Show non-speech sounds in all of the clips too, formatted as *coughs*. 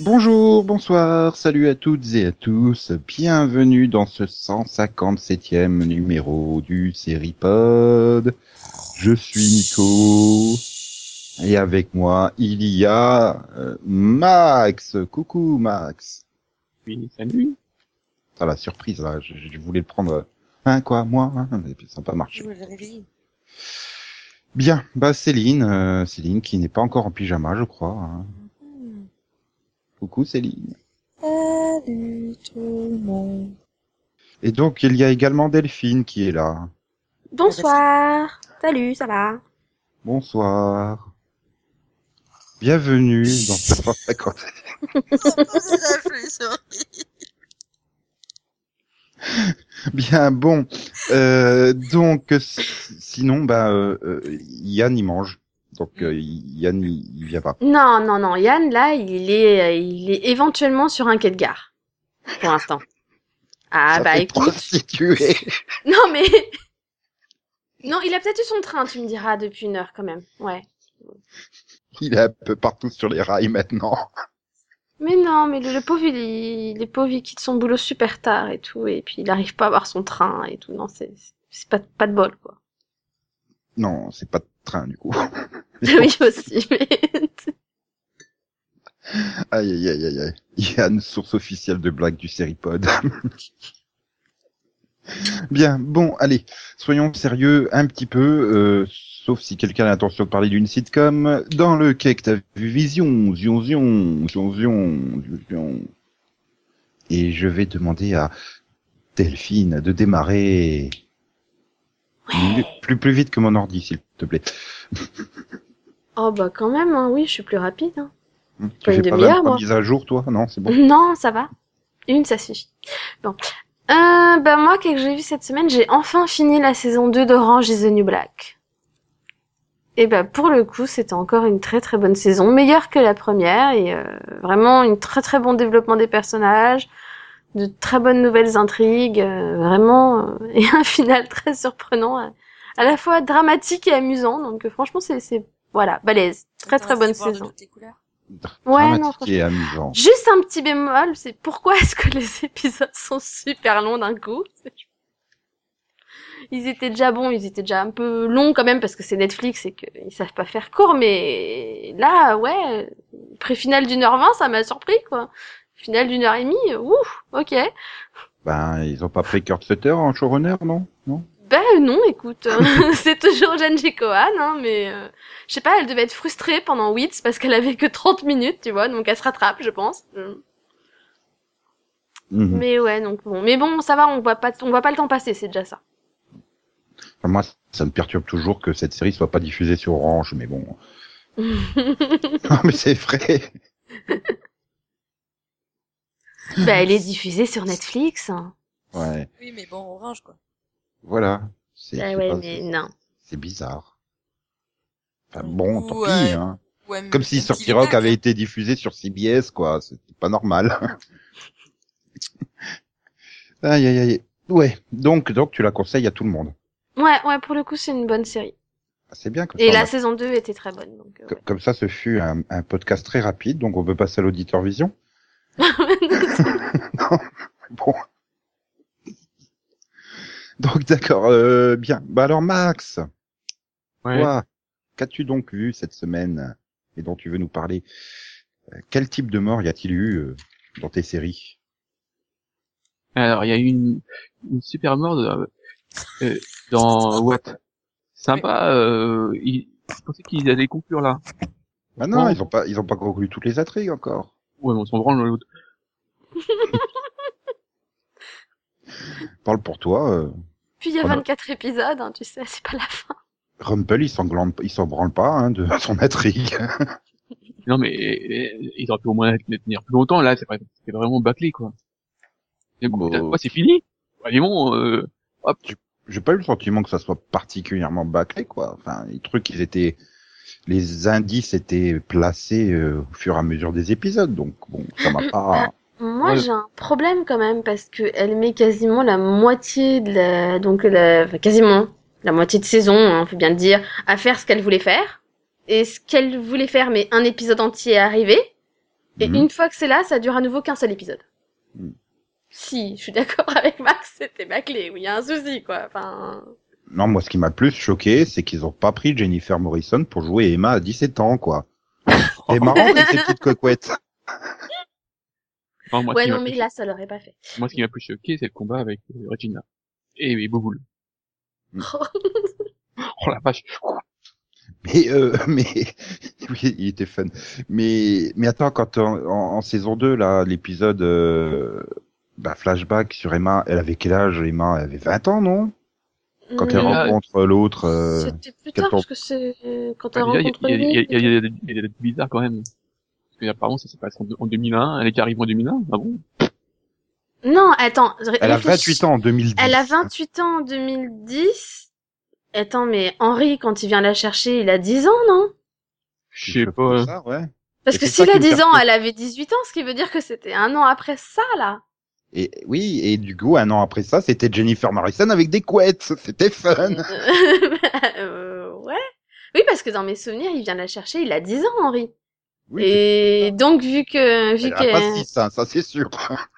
Bonjour, bonsoir, salut à toutes et à tous, bienvenue dans ce 157e numéro du Seripod. Je suis Nico et avec moi il y a euh, Max. Coucou Max. Oui, salut. Ça la surprise là, je, je voulais le prendre. Hein quoi, moi hein, Et puis ça n'a pas marché. Bien, bah Céline, euh, Céline qui n'est pas encore en pyjama je crois. hein. Coucou Céline. Salut tout le monde. Et donc il y a également Delphine qui est là. Bonsoir. Salut, ça va Bonsoir. Bienvenue *laughs* dans ce 150. Bien, bon. Euh, donc, s- sinon, bah, euh, euh, Yann, il mange. Donc, Mm. euh, Yann, il, il vient pas. Non, non, non. Yann, là, il est, euh, il est éventuellement sur un quai de gare. Pour l'instant. Ah, Ça bah fait *laughs* écoute. prostituée. *laughs* Non, mais. *laughs* Non, il a peut-être eu son train, tu me diras, depuis une heure quand même. Ouais. Il est un peu partout sur les rails maintenant. Mais non, mais le, le pauvre, il, il- le pauvre, il quitte son boulot super tard et tout, et puis il n'arrive pas à avoir son train et tout. Non, c'est c'est pas, pas de bol, quoi. Non, c'est pas de train, du coup. *laughs* oui, aussi, mais... Aïe, aïe, aïe, aïe, aïe. Yann, source officielle de blagues du Seripod. *laughs* Bien, bon, allez, soyons sérieux un petit peu, euh, sauf si quelqu'un a l'intention de parler d'une sitcom dans le quai que t'as vu Vision, zion, zion, zion, zion, zion. Et je vais demander à Delphine de démarrer Mieux- plus, plus vite que mon ordi, s'il te plaît. Oh, bah quand même, hein, oui, je suis plus rapide. Hein. Hum, Pas une fais pas demi-heure, 23 moi. mises à jour, toi Non, c'est bon. Non, ça va. Une, ça suffit. Bon. Euh, bah moi, qu'est-ce que j'ai vu cette semaine J'ai enfin fini la saison 2 d'Orange is the New Black. Et bah pour le coup, c'était encore une très très bonne saison, meilleure que la première, et euh, vraiment un très très bon développement des personnages, de très bonnes nouvelles intrigues, euh, vraiment, euh, *laughs* et un final très surprenant, à, à la fois dramatique et amusant, donc euh, franchement c'est... c'est- Voilà, balèze. Très très bonne saison. Dramatique non, et amusant. Juste un petit bémol, c'est pourquoi est-ce que les *laughs* épisodes sont super longs d'un coup Ils étaient déjà bons, ils étaient déjà un peu longs quand même parce que c'est Netflix et qu'ils savent pas faire court, mais là, ouais, pré-finale d'une heure vingt, ça m'a surpris quoi. Finale d'une heure et demie, ouf, ok. Ben, ils ont pas pris Kurt Sutter en showrunner, non Non Ben non, écoute, euh, *laughs* c'est toujours Jeanne J. Cohan, hein, mais euh, je sais pas, elle devait être frustrée pendant Wits parce qu'elle avait que 30 minutes, tu vois, donc elle se rattrape, je pense. Mm. Je- Mhm. Mais ouais, donc bon. Mais bon, ça va, on voit pas, on voit pas le temps passer, c'est *laughs* déjà ça. Enfin, Moi, ça me perturbe toujours que cette série soit pas diffusée sur Orange, mais *laughs* bon. non, mais c'est vrai. bah, elle est diffusée sur Netflix. Ouais, Oui, mais bon, orange quoi. voilà. C'est Bah c'est ouais, pas- mais non. c'est bizarre. Enfin, Du bon, coup, tant euh, pis. Hein. Ouais, mais Comme si même Sorty s'il est Rock pas, avait été diffusé sur CBS, quoi. C'était pas normal. *laughs* aïe, aïe, aïe. Ouais, donc, donc tu la conseilles à tout le monde. Ah, Ouais, ouais, pour le coup, c'est une bonne série. C'est bien comme Et ça, on la a- saison 2 était très bonne, donc euh, co- comme ça, ce fut un, un podcast très rapide, donc on peut passer à l'auditeur vision. ouais. Bon. Donc d'accord, euh, bien. Bah alors Max, toi, qu'as-tu donc vu cette semaine et dont tu veux nous parler Euh, Quel type de mort y a-t-il eu euh, dans tes séries Alors, il y a eu une, une super mort de- euh, dans What. Sympa, euh, il- je pensais qu'ils allaient conclure là. Bah non, Ouais. ils ont pas, ils ont pas conclu toutes les intrigues encore. Ouais, mais on s'en branle l'autre. Parle pour toi. Euh, Puis il y a Voilà. 24 épisodes, hein, tu sais, c'est pas la fin. Rumpel, il s'en glande- il s'en branle pas hein, de *laughs* son intrigue. Non, mais euh, ils auraient pu au moins la tenir plus longtemps. Là, c'est vrai- c'est vraiment bâclé, quoi. Et bon, Bon. putain, quoi, c'est fini Allez, bon, euh, J'ai pas eu le sentiment que ça soit particulièrement bâclé quoi. Enfin, les trucs, ils étaient, Ah, les indices étaient placés euh, au fur et à mesure des épisodes, donc bon, ça m'a pas. Moi, Ouais. j'ai un problème quand même parce que elle met quasiment la moitié de la, donc la, enfin, quasiment la moitié de saison, hein, faut bien le dire, à faire ce qu'elle voulait faire. Et ce qu'elle voulait faire, mais un épisode entier est arrivé. Et Mhm. une fois que c'est là, ça dure à nouveau qu'un seul épisode. Mm. Mhm. Si, je suis d'accord *laughs* avec Max, c'était bâclé. Oui, il y a un souci, quoi. Enfin, Non, moi, ce qui m'a le plus choqué, c'est qu'ils ont pas pris Jennifer Morrison pour jouer Emma à 17 ans, quoi. C'est marrant avec ces petites coquettes. Enfin, moi, ce ouais, qui m'a non, mais plus- là, ça l'aurait pas fait. moi, ce qui m'a plus choqué, c'est le combat avec euh, Regina. Et, et Bouboule. *laughs* Mm. *laughs* Oh la vache. Mais, euh, mais, *laughs* oui, il était fun. Mais, mais attends, quand en, en- en saison 2, là, l'épisode, euh, bah, flashback sur Emma, elle avait quel âge, Emma? Elle avait 20 ans, non? Quand elle Mais là, rencontre l'autre, euh, Mm. C'était plus tard 14. parce que c'est euh, quand elle Ouais, Ah, déjà, rencontre il y a- lui. il y a- il y a- il y a des- il y a des dates bizarres quand même. Parce que, apparemment, ça se passe en, en 2001. Elle est qui arrive en 2001. Ah bon? Non, attends. elle a 28 ans en 2010. Elle a 28 ans en 2010. Attends, mais Henri, quand il vient la chercher, il a 10 ans, non Je sais pas. Ça, ouais. Parce Et que c'est ça s'il a qui me 10 ans, perturbe. elle avait 18 ans, ce qui veut dire que c'était un an après ça, là. Et oui, et du coup, un an après ça, c'était Jennifer Morrison avec des couettes. C'était fun. Euh, *laughs* euh, ouais. Oui, parce que dans mes souvenirs, il vient la chercher, il a 10 ans, Henri. Oui, Et donc, vu que... Vu elle a que pas si ça, ça c'est sûr. *laughs*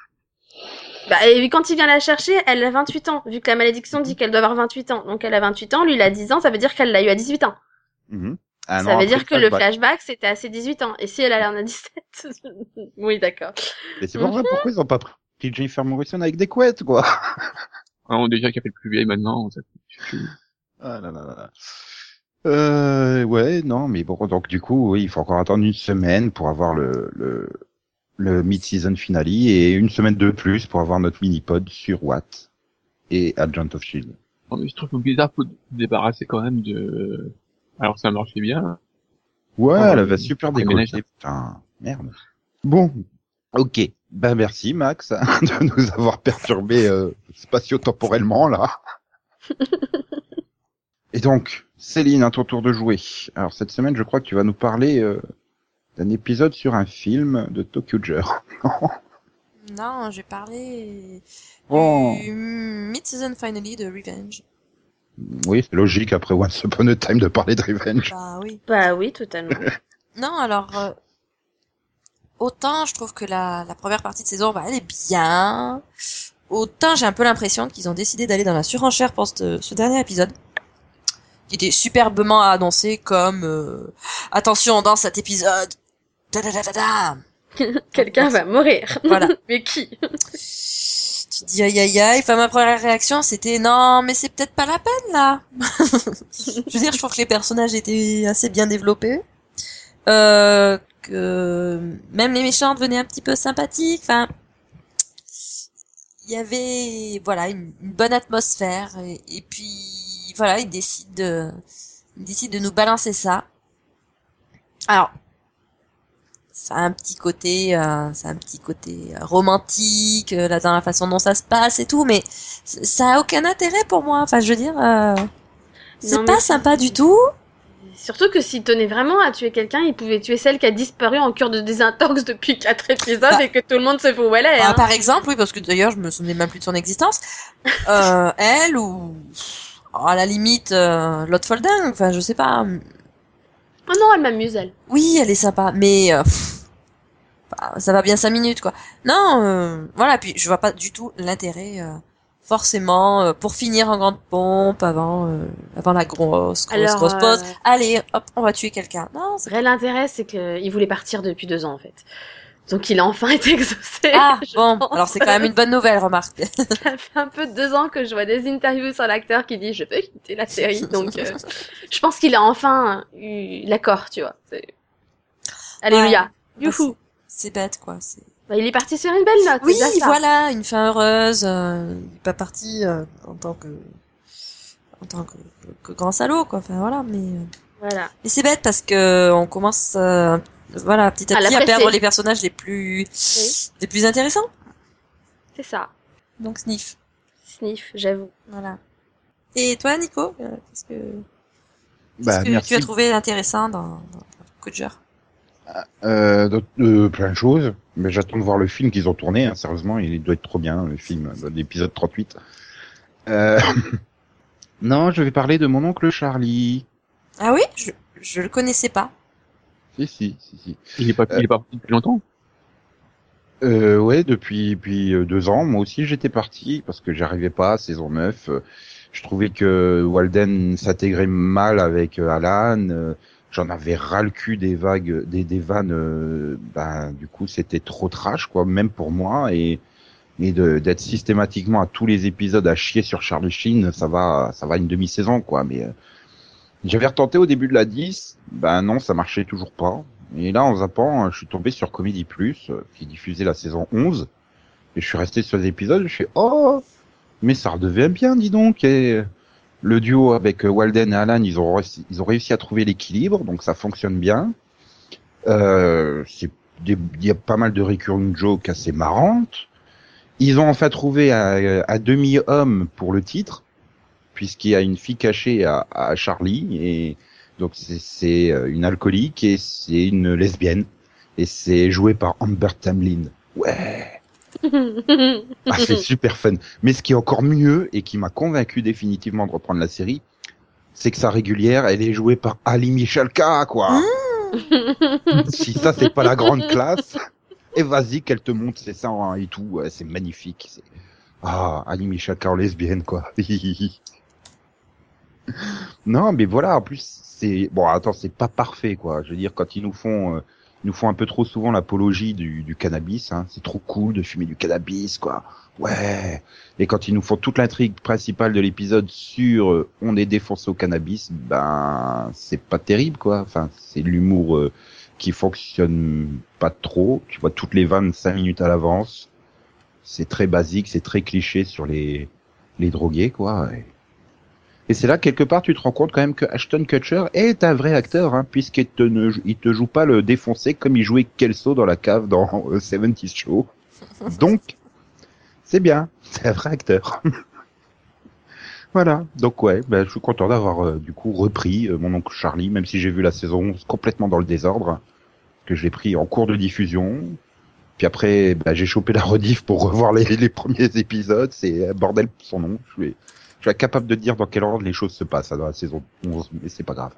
Bah, et quand il vient la chercher, elle a 28 ans, vu que la Mhm. malédiction dit qu'elle doit avoir 28 ans. Donc, elle a 28 ans, lui, il a 10 ans, ça veut dire qu'elle l'a eu à 18 ans. Mhm. Un ça an veut après bah, dire que le flashback. flashback, c'était à ses 18 ans. Et si elle en a 17 *laughs* Oui, d'accord. Mais c'est pour Mhm. ça, pourquoi ils ont pas pris Jennifer Morrison avec des couettes, quoi. Ah, on déjà qu'elle fait le plus vieille maintenant. ça- Ah là là là là. Euh, ouais, non, mais bon, donc du coup, oui, il faut encore attendre une semaine pour avoir le, le, le mid-season finale et une semaine de plus pour avoir notre mini-pod sur Watt et Agent of Shield. Non, mais je trouve bizarre faut se débarrasser quand même de. Alors ça marchait bien. Ouais, Ah, elle ouais. va super Après décoller. Ménage. Putain, merde. Bon, ok. Ben merci Max *laughs* de nous avoir perturbé euh, spatio-temporellement *laughs* là. Et donc, Céline, à ton tour de jouer. Alors cette semaine, je crois que tu vas nous parler euh, d'un épisode sur un film de Tokuger. Non, j'ai parlé Oh. du Mid-Season Finally de Revenge. Oui, c'est logique après Once Upon a Time de parler de Revenge. Bah oui. Bah *laughs* oui, totalement. Non, alors... euh, autant je trouve que la, la première partie de saison, bah, elle est bien. Autant j'ai un peu l'impression qu'ils ont décidé d'aller dans la surenchère pour ce, ce dernier épisode. Qui était superbement annoncé comme... euh, Attention, dans cet épisode... Da da da da da *laughs* Quelqu'un va mourir. *laughs* Voilà. Mais qui Tu te dis aïe aïe aïe. Enfin, ma première réaction, c'était non, mais c'est peut-être pas la peine là. *laughs* je veux dire, je trouve que les personnages étaient assez bien développés. Euh, que même les méchants devenaient un petit peu sympathiques. Enfin, il y avait voilà une, une bonne atmosphère. Et, et puis voilà, ils décident de, ils décident de nous balancer ça. Alors, ça a un petit côté, euh, ça a un petit côté euh, romantique euh, là dans la façon dont ça se passe et tout, mais c- ça a aucun intérêt pour moi. Enfin, je veux dire, euh, Non, c'est mais pas c'est- sympa du tout. Surtout que s'il tenait vraiment à tuer quelqu'un, il pouvait tuer celle qui a disparu en cure de désintox *laughs* depuis quatre épisodes Bah. et que tout le monde se fout où elle est. Ah, hein. par exemple, oui, parce que d'ailleurs, je me souvenais même plus de son *laughs* existence. Euh, elle ou à la limite euh, l'autre Folding. Enfin, je sais pas. Ah non, elle m'amuse, elle. Oui, elle est sympa, mais euh, pff, bah, ça va bien cinq minutes, quoi. Non, euh, voilà, puis je vois pas du tout l'intérêt, euh, forcément, euh, pour finir en grande pompe avant, euh, avant la grosse, grosse, Alors, grosse euh, pause. Allez, hop, on va tuer quelqu'un. Non, Le *laughs* c'est... vrai l'intérêt, c'est qu'il voulait partir depuis deux ans, en fait. Donc il a enfin *laughs* été exaucé. Ah, Je bon, pense. alors c'est quand même une bonne nouvelle, remarque. *laughs* Ça fait un peu deux ans que je vois des interviews sur l'acteur qui dit je veux quitter la *laughs* série, donc euh, je pense qu'il a enfin eu l'accord, tu vois. C'est- Alléluia. Youhou. Bah, c'est, c'est bête, quoi. C'est... Bah, il est parti sur une belle note. Oui, c'est déjà ça. voilà, une fin heureuse. euh, il est pas parti euh, en tant que... En tant que, que grand salaud, quoi. Enfin, voilà, mais... euh, Voilà. Mais c'est bête parce que on commence, euh, voilà, petit à À petit à l'apprécier. perdre les personnages les plus, Oui. les plus intéressants. C'est ça. Donc sniff, Sniff, *laughs* j'avoue. *laughs* voilà. Et toi, Nico, euh, qu'est-ce que, qu'est-ce Bah, que merci. tu as trouvé intéressant dans, dans, dans Coacher Euh, d'autres- euh, plein de choses. Mais j'attends de voir le film qu'ils ont tourné. Hein. Sérieusement, il doit être trop bien, le film, bah, l'épisode 38. Euh... *laughs* non, je vais parler de mon oncle Charlie. Ah oui je, je le connaissais pas. Si, si, si, si. Il est pas, il est pas parti depuis longtemps. Euh, ouais, depuis, depuis euh, deux ans, moi aussi j'étais parti parce que j'arrivais pas à saison 9. Euh, Je trouvais que Walden s'intégrait mal avec euh, Alan. Euh, J'en avais ras le cul des vagues, des, des vannes. euh, Ben, du coup, c'était trop trash, quoi, même pour moi. Et, et de- d'être systématiquement à tous les épisodes à chier sur Charlie Sheen, ça va, ça va une demi-saison, quoi. Mais euh, j'avais retenté au début de la 10. Ben non, ça marchait toujours pas. Et là, en zappant, euh, je suis tombé sur Comedy Plus, euh, qui diffusait la saison 11. Et je suis resté sur les épisodes, je fais Oh Mais ça redevient bien, dis donc Et euh, le duo avec euh, Walden et Alan, ils ont, réussi- ils ont réussi à trouver l'équilibre, donc ça fonctionne bien. Euh, c'est des- Il y a pas mal de recurring jokes assez marrantes. Ils ont enfin trouvé à, euh, à demi-homme pour le titre, puisqu'il y a une fille cachée à, à Charlie, et donc c'est- c'est euh, une alcoolique et c'est une lesbienne. Et c'est joué par Amber Tamlin. Ouais, Ah, c'est super fun. Mais ce qui est encore mieux et qui m'a convaincu définitivement de reprendre la série, c'est que sa régulière, elle est jouée par Ali Michalka, quoi. si ça, c'est pas la grande classe. Et vas-y qu'elle te montre ses seins hein, et tout, ouais, c'est magnifique. c'est- Ah, Ali Michalka en lesbienne, quoi. *laughs* Non, mais voilà, en plus, c'est bon. Attends, c'est pas parfait, quoi. Je veux dire, quand ils nous font, euh, ils nous font un peu trop souvent l'apologie du, du cannabis, hein. c'est trop cool de fumer du cannabis, quoi. Ouais. Et quand ils nous font toute l'intrigue principale de l'épisode sur euh, on est défoncé au cannabis, ben c'est pas terrible, quoi. Enfin, c'est de l'humour euh, qui fonctionne pas trop. Tu vois toutes les 25 minutes à l'avance. C'est très basique, c'est très cliché sur les les drogués, quoi. Et- et c'est là, quelque part, tu te rends compte quand même que Ashton Kutcher est un vrai acteur, hein, puisqu'il te, ne, il te joue pas le défoncé comme il jouait Kelso dans la cave dans euh, 70's Show. Donc, c'est bien, c'est un vrai acteur. *laughs* voilà, donc ouais, ben, je suis content d'avoir euh, du coup repris euh, mon oncle Charlie, même si j'ai vu la saison 11 complètement dans le désordre, que je l'ai pris en cours de diffusion. Puis après, ben, j'ai chopé la rediff pour revoir les, les premiers épisodes, c'est un bordel pour son nom. Je suis- je suis incapable de dire dans quel ordre les choses se passent hein, dans la saison 11, mais c'est pas grave.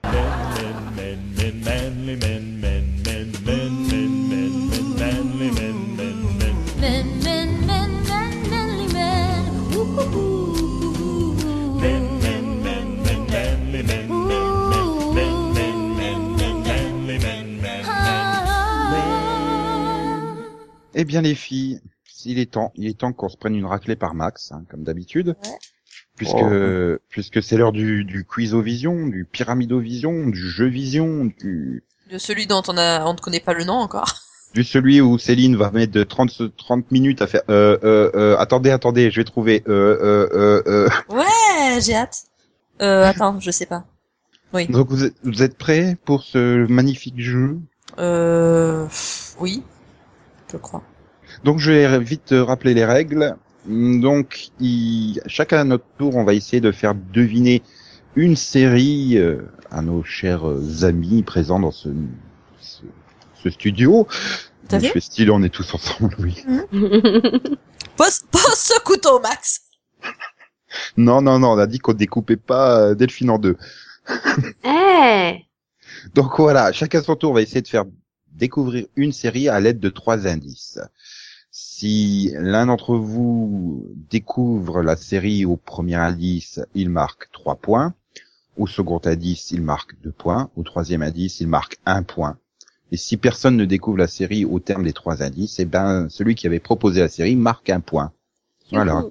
Men, men, men, manly men, men, men, men, men, men, men, manly men, men, men. Men, men, men, men, manly men. Ooh, ooh, ooh, ooh, ooh. Men, men, men, men, manly men, men, men, men, men, men, men, manly men, men, men. Ah. Eh bien les filles, il est temps, il est temps qu'on se prenne une raclée par Max, hein, comme d'habitude, Ouais. puisque Oh. puisque c'est l'heure du du quizovision, du pyramidovision, du jeu vision, du De celui dont on, a, on ne connaît pas le nom encore. du celui où Céline va mettre de 30 se- 30 minutes à faire euh, euh, euh, attendez attendez, je vais trouver euh, euh, euh, euh. Ouais, Eh, j'ai hâte. Euh, attends, je sais pas. Donc vous êtes, vous êtes prêts pour ce magnifique jeu Euh, pff, oui, je crois. Donc je vais vite euh, rappeler les règles. Hmm, Donc il- chacun à notre tour, on va essayer de faire deviner une série euh, à nos chers euh, amis présents dans ce, ce, ce studio. T'as Donc, vu je fais style, on est tous ensemble, oui. Pose, pose ce couteau, Max. Non, non, non, on a dit qu'on découpait pas euh, Delphine en deux. Eh Donc voilà, chacun son tour, on va essayer de faire découvrir une série à l'aide de trois indices. Si l'un d'entre vous découvre la série au premier indice, il marque trois points. Au second indice, il marque deux points. Au troisième indice, il marque un point. Et si personne ne découvre la série au terme des trois indices, eh ben, celui qui avait proposé la série marque un point. Voilà.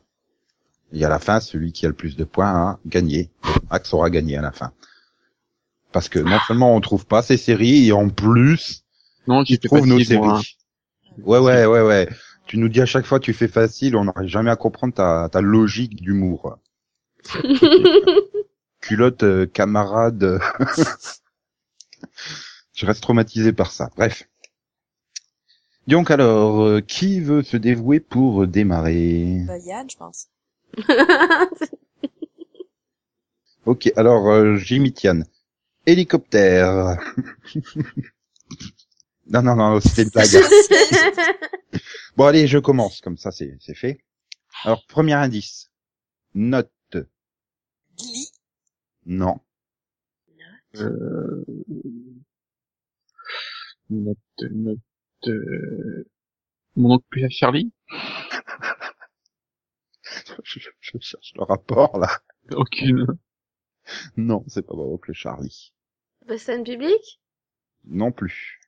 Et à la fin, celui qui a le plus de points a gagné. Max aura gagné à la fin. Parce que non seulement on trouve pas ces séries, et en plus, Non, j'ai tu fait pas trouves nos de séries. moi. hein. Ouais, ouais, ouais, ouais. Tu nous dis à chaque fois, tu fais facile, on n'arrive jamais à comprendre ta, ta logique *laughs* d'humour. Culotte, euh, *laughs* camarade. Je reste traumatisé par ça. Bref. Donc alors, euh, qui veut se dévouer pour démarrer Bah, Yann, je pense. Ok, alors euh, j'imite Yann. Hélicoptère. *laughs* Non, non, non, c'était une blague. Bon, allez, je commence, comme ça, c'est c'est fait. Alors, premier indice. Note. Glee. Non. *laughs* Euh... Note, note, euh, Mon oncle Charlie *laughs* Je, je- je cherche le rapport, là. Aucune. Non, c'est pas mon oncle Charlie. Boston Public Non plus.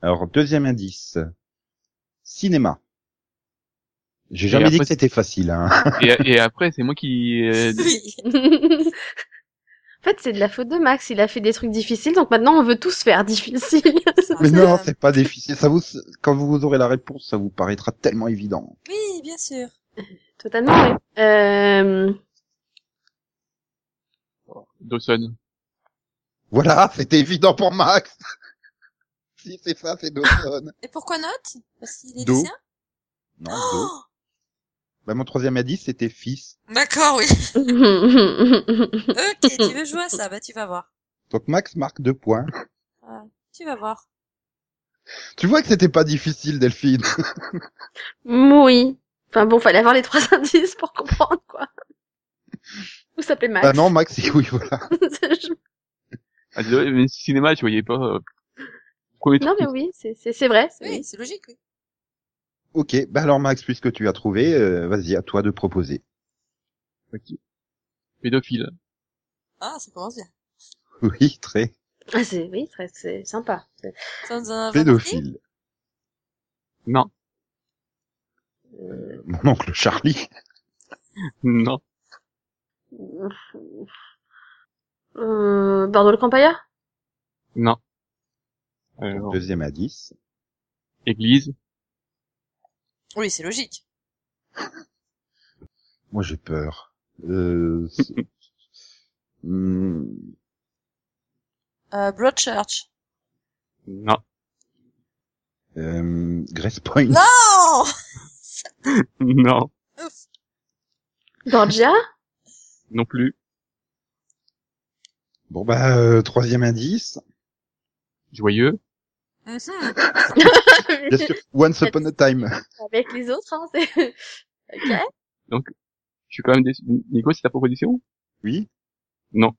Alors, deuxième indice. Cinéma. J'ai Et jamais dit après- que c'était facile, hein. et, et après, c'est moi qui... euh, *laughs* Oui. *laughs* En fait, c'est de la faute de Max. Il a fait des trucs difficiles, donc maintenant on veut tous faire difficile. *laughs* *laughs* Mais Ça- non, c'est pas difficile. Ça vous, quand vous aurez la réponse, ça vous paraîtra tellement évident. Oui, bien sûr. Totalement, oui. Euh... *laughs* Dawson. Voilà, c'était évident pour Max. *laughs* si c'est ça, c'est Dawson. Et pourquoi note Parce qu'il est Oh, Do. lycéen non, Do. Bah, mon troisième indice, c'était fils. D'accord, oui. *laughs* Moi, ok, tu veux jouer à ça Bah, tu vas voir. Donc Max marque deux points. Tu vas voir. Tu vois que c'était pas difficile, Delphine. oui. Enfin bon, fallait avoir les trois *laughs* indices pour comprendre, quoi. Vous s'appelez Max. Ah non, Max, *laughs* oui, voilà. Ah, désolé, mais cinéma, je voyais pas. euh, Premier *laughs* non, truc. mais oui, c'est- c'est c'est vrai. c'est- Oui, c'est logique, oui. Ok, bah alors Max, puisque tu as trouvé, euh, vas-y, à toi de proposer. *laughs* Ok. Pédophile. Ah, ça commence bien. Oui, très Ah, c'est oui, très- c'est sympa. C'est- Ça nous a remarqué pédophile. Non. Euh, mon oncle Charlie. Non. Euh, Bordeaux le Campaya Non. Alors, Deuxième indice. église. Oui, c'est logique. Moi, j'ai peur. Euh, *laughs* c'est- Hmm, Euh, Broadchurch. Non. euh, Grace Point. Non Oh! Non. Borgia Non plus. Bon bah, euh, troisième indice. Joyeux. Mhm. Bien sûr. Once upon a *laughs* time. Avec les autres, hein, c'est... Ok. Je suis quand même déçu. Nico, c'est ta proposition? Oui. Non.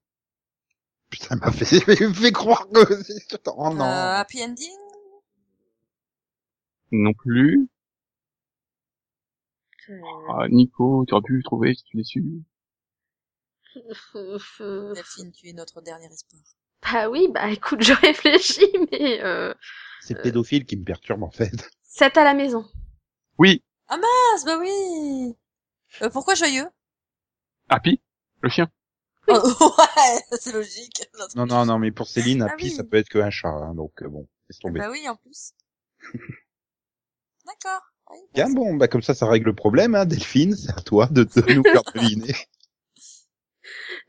Putain, il m'a fait, *laughs* il me fait croire que c'est... Oh non. Euh, happy Ending Non plus. *laughs* Ah, Nico, tu aurais pu trouver si tu l'es su. Euh, Delphine, tu es notre dernier espoir. Bah oui, bah écoute, *laughs* je réfléchis, mais... Euh... C'est le pédophile qui me perturbe, en fait. 7 à la maison. Oui. Ah, bah oui euh, Pourquoi joyeux Happy. Ah, Le chien. Oh, *laughs* Ouais, c'est logique. Non, non, non, mais pour Céline, Ah Happy, oui. ça peut être qu'un chat, hein, donc euh, bon, laisse tomber. Bah oui, en plus. *laughs* D'accord. Oui, Bien, bon, bah comme ça, ça règle le problème, hein, Delphine, c'est à toi de, de nous faire deviner.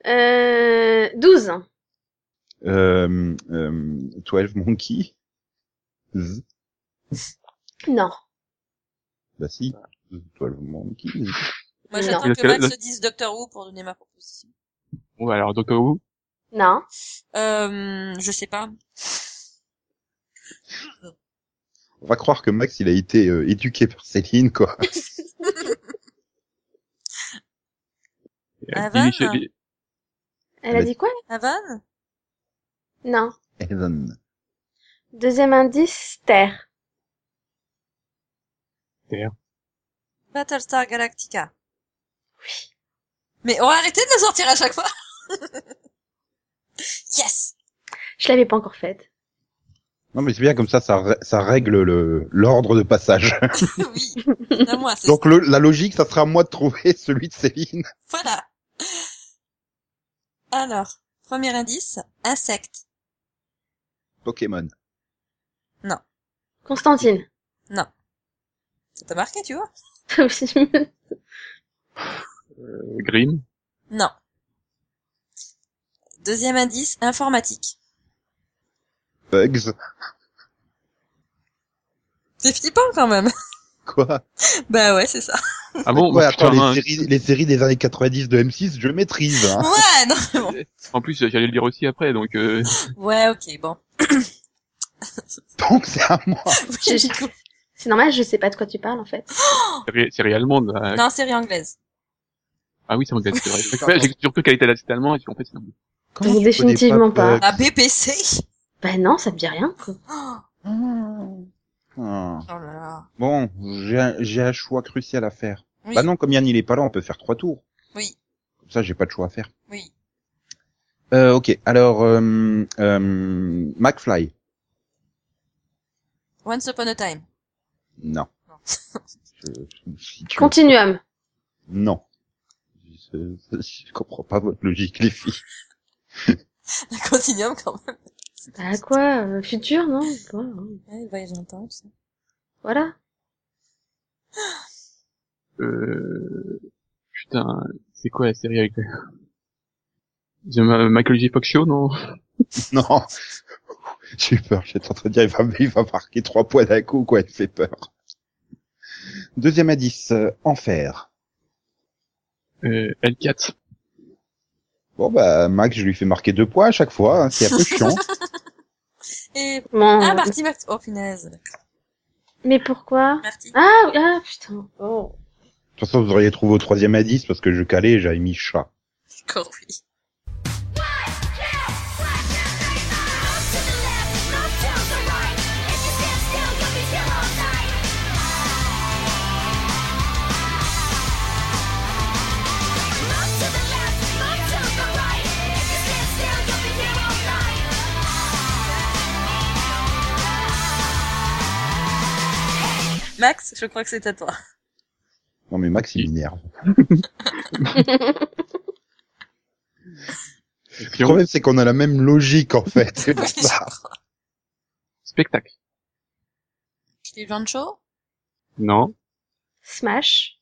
Euh... 12. *laughs* Euh, euh, 12 Monkey Z. Non. Bah si, Ah. 12 Monkey. Moi, Non. j'attends euh, Le- que Max le- se dise Doctor Who pour donner ma proposition. Ouais, bah, alors, Doctor Who. Non. Euh, je sais pas. On va croire que Max, il a été euh, éduqué par Céline, quoi. *laughs* Ah, Euh, Van. Michel- Elle a Mais- dit quoi Havane Non. Ellen. Deuxième indice, terre. Battlestar Galactica. Oui. Mais on va arrêter de la sortir à chaque fois. *laughs* yes *laughs* Je l'avais pas encore faite. Non, mais c'est bien, comme ça, ça, rè- ça règle le l'ordre de passage. Oui, à moi, c'est Donc le, la logique, ça sera à moi de trouver celui de Céline. Voilà. Alors, premier indice, insecte. Pokémon. Constantine. *laughs* Ça t'a marqué, tu vois Aussi. euh, Grimm. Non. Deuxième indice, informatique. Bugs. C'est flippant quand même. Quoi bah ouais, c'est ça. Ah bon? Ouais, bah, attends, putain, hein. les, séries, les séries des années 90 de M6, je maîtrise. Ah. Hein. Ouais, non, mais bon. En plus, j'allais le dire aussi après, donc, euh, Ouais, ok, bon. Donc c'est à moi. *laughs* Oui, j'ai cru. C'est normal, je sais pas de quoi tu parles en fait. Série- Série allemande. là. Non, série anglaise. bah. Ah oui, c'est anglais, c'est vrai. *laughs* Ouais, J'ai surtout qu'elle était là, c'était allemand, et puis en fait, c'est anglais. Comment Vous tu connais définitivement pas. Puck La BBC Bah non, ça me dit rien. quoi. Oh Ah. oh là là. Bon, j'ai un- j'ai un choix crucial à faire. Oui, Bah non, comme Yann il est pas là, on peut faire trois tours. oui, Comme ça, j'ai pas de choix à faire. oui. Euh, ok, alors euh, euh, McFly. Once Upon a Time. *laughs* Non. Non. Je- si tu- Continuum. Non. Je, je- je comprends pas votre logique, les filles. *laughs* La continuum quand même. Bah quoi euh, Futur, non Quoi, hein. Ouais, le voyage dans le temps, tout ça. Voilà. Euh... Putain, c'est quoi la série avec... euh, The Ma- Michael J. Fox Show, non Non. J'ai eu peur, j'étais en train de dire, il va, il va marquer trois points d'un coup, quoi, il me fait peur. Deuxième indice, euh, enfer. euh, L4. Bon, bah, Max, je lui fais marquer deux points à chaque fois, hein, c'est un peu chiant. Et... Bon, Ah, euh, Marty Marty. Oh, punaise. Mais pourquoi Marty. ah, oui, ah putain. Oh. De toute façon, vous auriez trouvé au troisième indice parce que je calais, j'avais mis chat. Encore oui. Max, je crois que c'est à toi. Non, mais Max, il m'énerve. Le problème, c'est qu'on a la même logique, en fait. *laughs* C'est Oui, pour je ça. crois. Spectacle. Cleveland Show Non, Smash.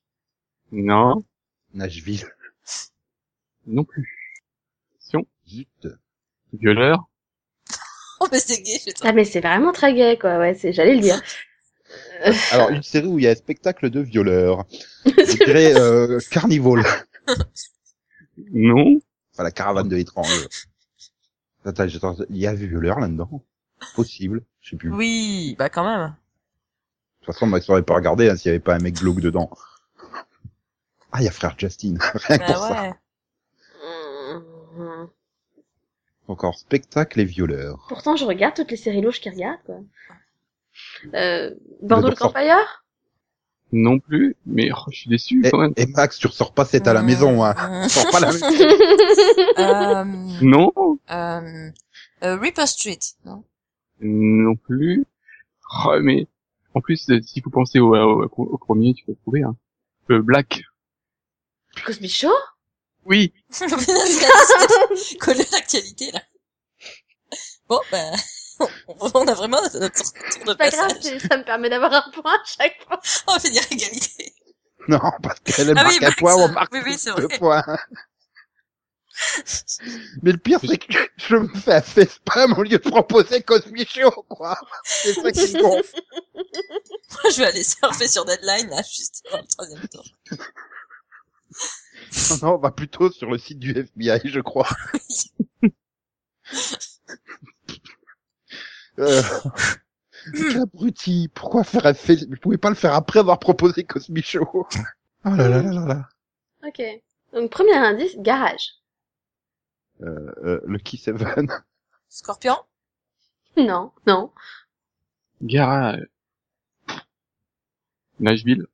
non, Nashville. non plus. Sion, Zut. violeur. Oh, mais c'est gay, putain. Ah mais c'est vraiment très gay quoi. Ouais, c'est j'allais le *laughs* dire. Alors, une série où il y a un spectacle de violeurs. Je dirais, *laughs* euh, Carnival. Non, Enfin, la caravane de l'étrange. Attends, j'attends, il y a violeur là-dedans? Possible. Je sais plus. De Oui, bah quand même. toute façon, Max aurait pas regardé, hein, s'il y avait pas un mec glauque dedans. Ah, il y a frère Justin. *laughs* Rien que *laughs* pour ça. Bah ouais. Hum, Encore spectacle et violeur. Pourtant, je regarde toutes les séries louches qu'ils regardent quoi. Euh, Bordeaux le D'accord. Campfire non plus, mais oh, je suis déçu Et, quand même. et Max, tu ressors pas cette à la Euh, maison, *laughs* hein. euh, Ressors pas la même. euh, *laughs* Non, euh, euh, Reaper Street, non *laughs* non plus. Oh, mais en plus, euh, si vous pensez au, au, au premier, tu peux trouver. Hein. Euh, Black. Cosby Show Oui, Le pénal qui a collé l'actualité, là. Bon, bah, *laughs* on on a vraiment notre tour de Pas grave, passage. c'est- Bah, ça me permet d'avoir un point à chaque fois. On va finir à égalité. *laughs* Non, parce qu'elle Ah marque oui, un Max, point, on euh, marque oui, oui, c'est deux vrai. points. Mais le pire, c'est que je me fais un fesse spam au lieu de proposer Cosmic Show, quoi. C'est ça qui me gonfle. Moi, je vais aller surfer sur Deadline, là, juste dans le troisième tour. Non, non, on va plutôt sur le site du FBI, je crois. *laughs* euh... Quel abruti, pourquoi faire un fesse... Vous pouvez pas le faire après avoir proposé Cosmic Show. Oh là là là là là. Ok. Donc premier indice, garage. Euh, euh, Lucky Seven. Scorpion Non, non. Gara. euh, Nashville.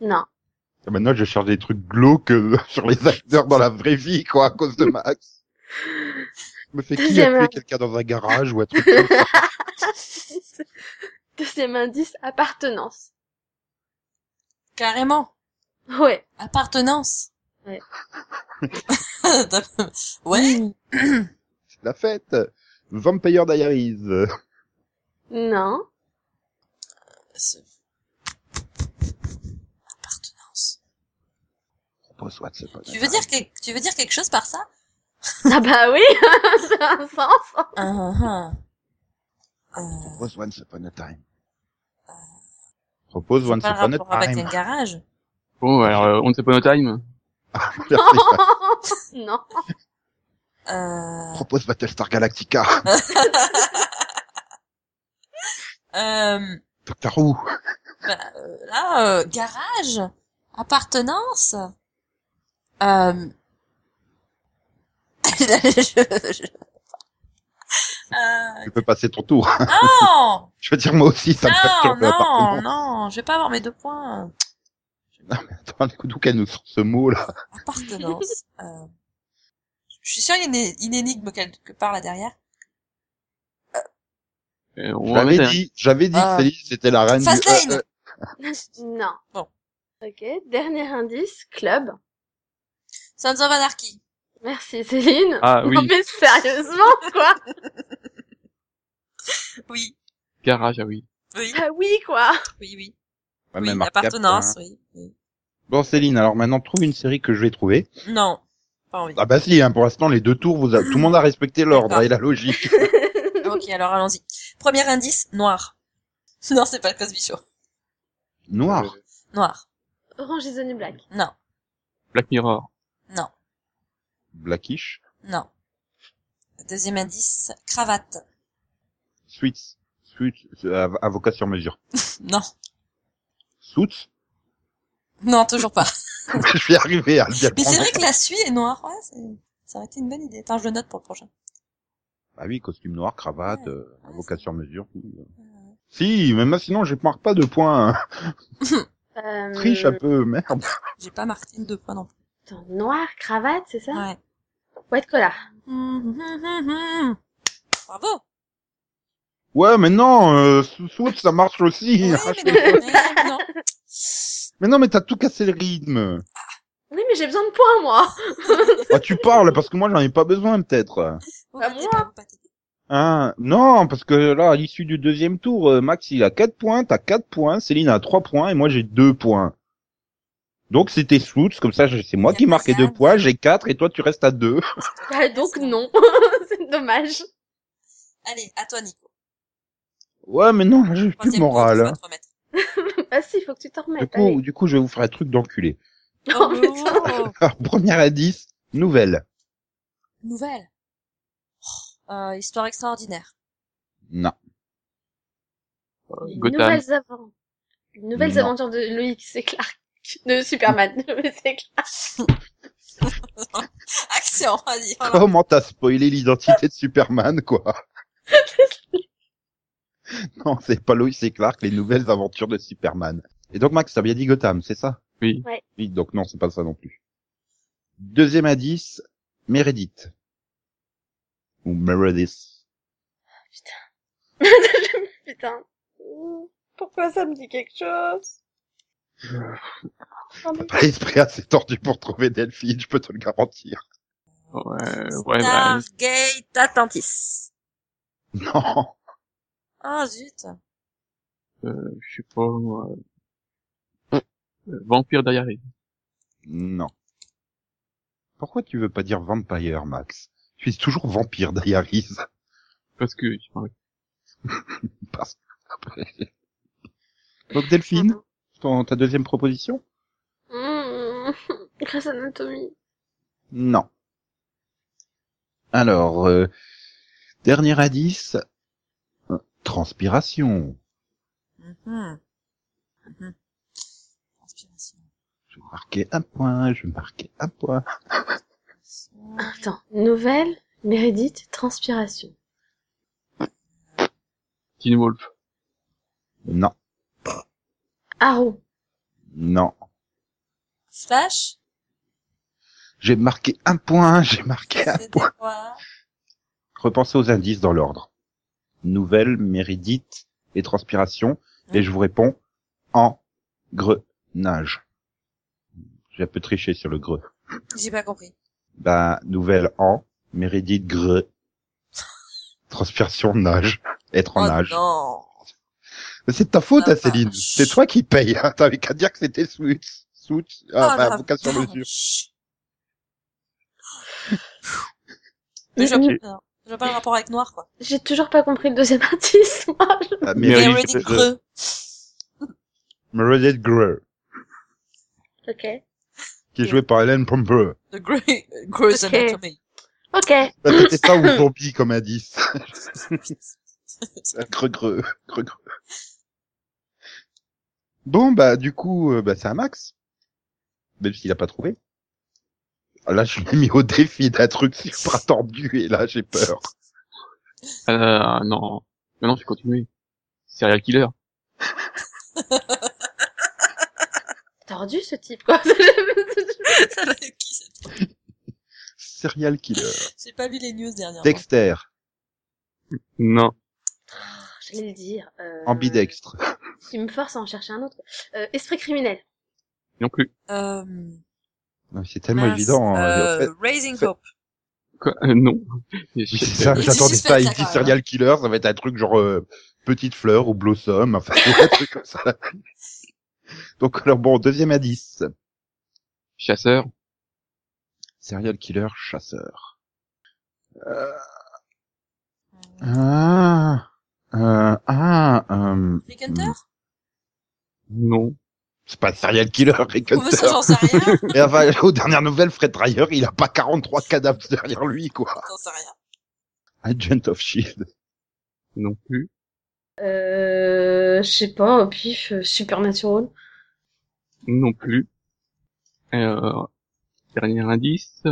Non. Et Ah, Maintenant, je cherche des trucs glauques euh, *laughs* sur les acteurs dans la vraie vie, quoi, à cause de Max. Je me fais qui Deuxième a tué acte. quelqu'un dans un garage ou un truc comme ça. *laughs* Deuxième indice, appartenance. Carrément. Ouais. Appartenance. *laughs* Ouais. ouais. C'est la fête. Vampire Diaries. Non. C'est- Appartenance. Propose what, c'est pas Tu veux dire quelque, tu veux dire quelque chose par ça Ah bah oui, *laughs* ça a un sens. Ah, ah, ah. Euh, Propose Once Upon a Time. Propose Once pas le Upon rapport a avec Time. un garage. Bon, alors, euh, on ne sait pas notre time. Ah, *laughs* Merci. *laughs* non. Euh... Propose Battlestar Galactica. Euh, Tartarou. euh, là, euh, garage, appartenance. Euh... *laughs* je- *laughs* je- Euh, Tu peux passer ton tour. *laughs* non, Je veux dire, moi aussi, ça me non, perturbe non, l'appartement. non, je vais pas avoir mes deux points. *laughs* Attends, écoute, d'où qu'elle nous sort ce mot, là? Appartenance. *laughs* euh... Je suis sûre qu'il y a une, é- une énigme quelque part là derrière. Euh, on va J'avais mettre un- dit, j'avais dit Ah. que Céline, c'était la reine du... Fastlane. euh, euh, *laughs* Non. Bon. Ok, dernier indice, club. Sons of Anarchy. Merci Céline. Ah Non oui, mais sérieusement quoi *laughs* Oui, garage, ah oui. oui, Ah oui quoi oui, oui. ouais, oui même Arcade, appartenance, hein. oui, oui. Bon, Céline, alors maintenant, trouve une série que je vais trouver. Non, pas envie. Ah bah si, hein, pour l'instant, les deux tours, vous a- tout le monde a respecté l'ordre D'accord. et la logique. Ok, alors allons-y. Premier indice, noir. *laughs* Non, c'est pas le Cosby Show. Noir. Euh, Noir. Orange is the new black. Non, Black Mirror. non, Blackish. non. Deuxième indice, cravate. Suits. Suits. euh, av- Avocat sur mesure. Non, Suits. non, toujours pas. *laughs* je vais arriver à le bien Mais c'est prendre. vrai que la suie est noire, ouais, c'est- ça aurait été une bonne idée. Attends, je le note pour le prochain. Ah oui, costume noir, cravate, euh, Ouais, avocat c'est- sur mesure. Si, mais moi, sinon, je marque pas de points. hein. Euh... Triche un peu, merde. J'ai pas marqué deux points non plus. attends, noir, cravate, c'est ça Ouais. White collar. Bravo. Ouais, mais non, euh, sous- sous, ça marche aussi. Ah, Oui, mais non, mais non. Mais non, mais t'as tout cassé le rythme. Oui mais j'ai besoin de points moi *laughs* Bah, tu parles, parce que moi, j'en ai pas besoin, peut-être. Vous Bah, ratez moi. pas, vous ratez pas. Hein non, parce que là, à l'issue du deuxième tour, euh, Max, il a 4 points, t'as 4 points, Céline a 3 points, et moi, j'ai 2 points. Donc, c'était Sloots, comme ça, je- c'est moi Y a qui marquais pas ça. 2 points, j'ai 4, et toi, tu restes à 2. Bah donc non, *laughs* c'est dommage. Allez, à toi, Nico. Ouais, mais non, là, j'ai plus de Troisième tour, morale. tu hein. vas te remettre. Bah si, faut que tu t'en Du remettes. coup, du coup, je vais vous faire un truc d'enculé. *laughs* allez. Oh, Non, mais ça- Alors, première à 10, nouvelle. Nouvelle. Euh, histoire extraordinaire. Non. Euh, Les Gotham. nouvelles aventures. Nouvelles Non. aventures de Loïc, c'est Clark. *laughs* De Superman, *laughs* c'est Clark. *laughs* Action, allez. voilà. Comment t'as spoilé l'identité de Superman, quoi *laughs* Non, c'est pas Lois et Clark, les nouvelles aventures de Superman. Et donc, Max, t'as bien dit Gotham, c'est ça Oui. Ouais. Oui, donc non, c'est pas ça non plus. Deuxième indice, Meredith. Ou Meredith. Putain. Ouh, Pourquoi ça me dit quelque chose Ah, T'as mais- pas l'esprit assez tordu pour trouver Delphine, je peux te le garantir. *laughs* Ouais, ouais, bah, Stargate Atlantis. Non, Ah zut. euh, je sais pas, moi. Euh, Vampire Diaries. non. Pourquoi tu veux pas dire Vampire, Max Tu es toujours Vampire *laughs* Diaries. Parce que, je sais pas, Parce que après... Donc Delphine, ton, ta deuxième proposition Mmh. *laughs* Grâce à Anatomy. Non. Alors, euh, dernier indice, euh, transpiration. Mhm. Mhm. Inspiration. Je marquais un point, je marquais un point. Attends, nouvelle, Meredith, transpiration. Teen Wolf. Non, Arrow. non. Flash. J'ai marqué un point, *laughs* j'ai marqué un C'était point. quoi Repensez aux indices dans l'ordre. Nouvelle, Méridite et transpiration. Et je vous réponds, engrenage. J'ai un peu triché sur le greu. J'ai pas compris. Bah, nouvelle en, Méridite gre. Transpiration nage. Être en oh nage. non. Mais C'est de ta faute, Ah, hein, Céline. vache. C'est toi qui paye. Hein. T'avais qu'à dire que c'était Sweet. Sweet. Ah, Oh, bah, la vocation vache. *laughs* mesure. *gasps* Mais je Mhm. vois pas- je vois pas le rapport avec noir quoi. J'ai toujours pas compris le deuxième *laughs* indice, moi. Ah, Meredith Meredith Meredith Greux. Greux. Meredith Greux, Ok. qui est jouée par Hélène Pomper. The Grey, Grey's Ok. Anatomy. *laughs* Ok. *laughs* Bah, c'était ça ou zombie comme indice. Creux, creux, creux, creux. Bon, bah, du coup, euh, bah, c'est un max. Même s'il a pas trouvé. Ah, Là, je l'ai mis au défi d'un truc super tordu et là, j'ai peur. Euh, non. Non, non, je vais continuer. Serial killer. Tordu ce type, quoi. *laughs* Ça va être qui, cette- Serial killer. J'ai pas lu les news dernièrement. Dexter. Non. J'allais le dire. Euh... Ambidextre. Il me force à en chercher un autre. Euh, esprit criminel. Non plus. Euh, Non, mais C'est tellement mince, évident. hein, en fait. euh, Raising fait- Hope. Quoi Euh, non. Oui, Oui, c'est ça, du j'attendais suspense, ça. Il là, me dit quand même, serial killer, ça va être un truc genre euh, petite fleur ou blossom, enfin *laughs* un truc comme ça. Donc alors bon, deuxième indice. Chasseur. Serial killer chasseur. Euh... Ah, euh, ah, euh, Rick Hunter Non. c'est pas un serial killer, Rick Ou Oh, bah, ça, Hunter. j'en sais *laughs* rien. Et enfin, aux dernières nouvelles, Fred Dreyer, il a pas 43 cadavres derrière lui, quoi. J'en sais rien. Agent of Shield. Non plus. Euh, je sais pas, au pif, euh, Supernatural. Non plus. Euh, dernier indice.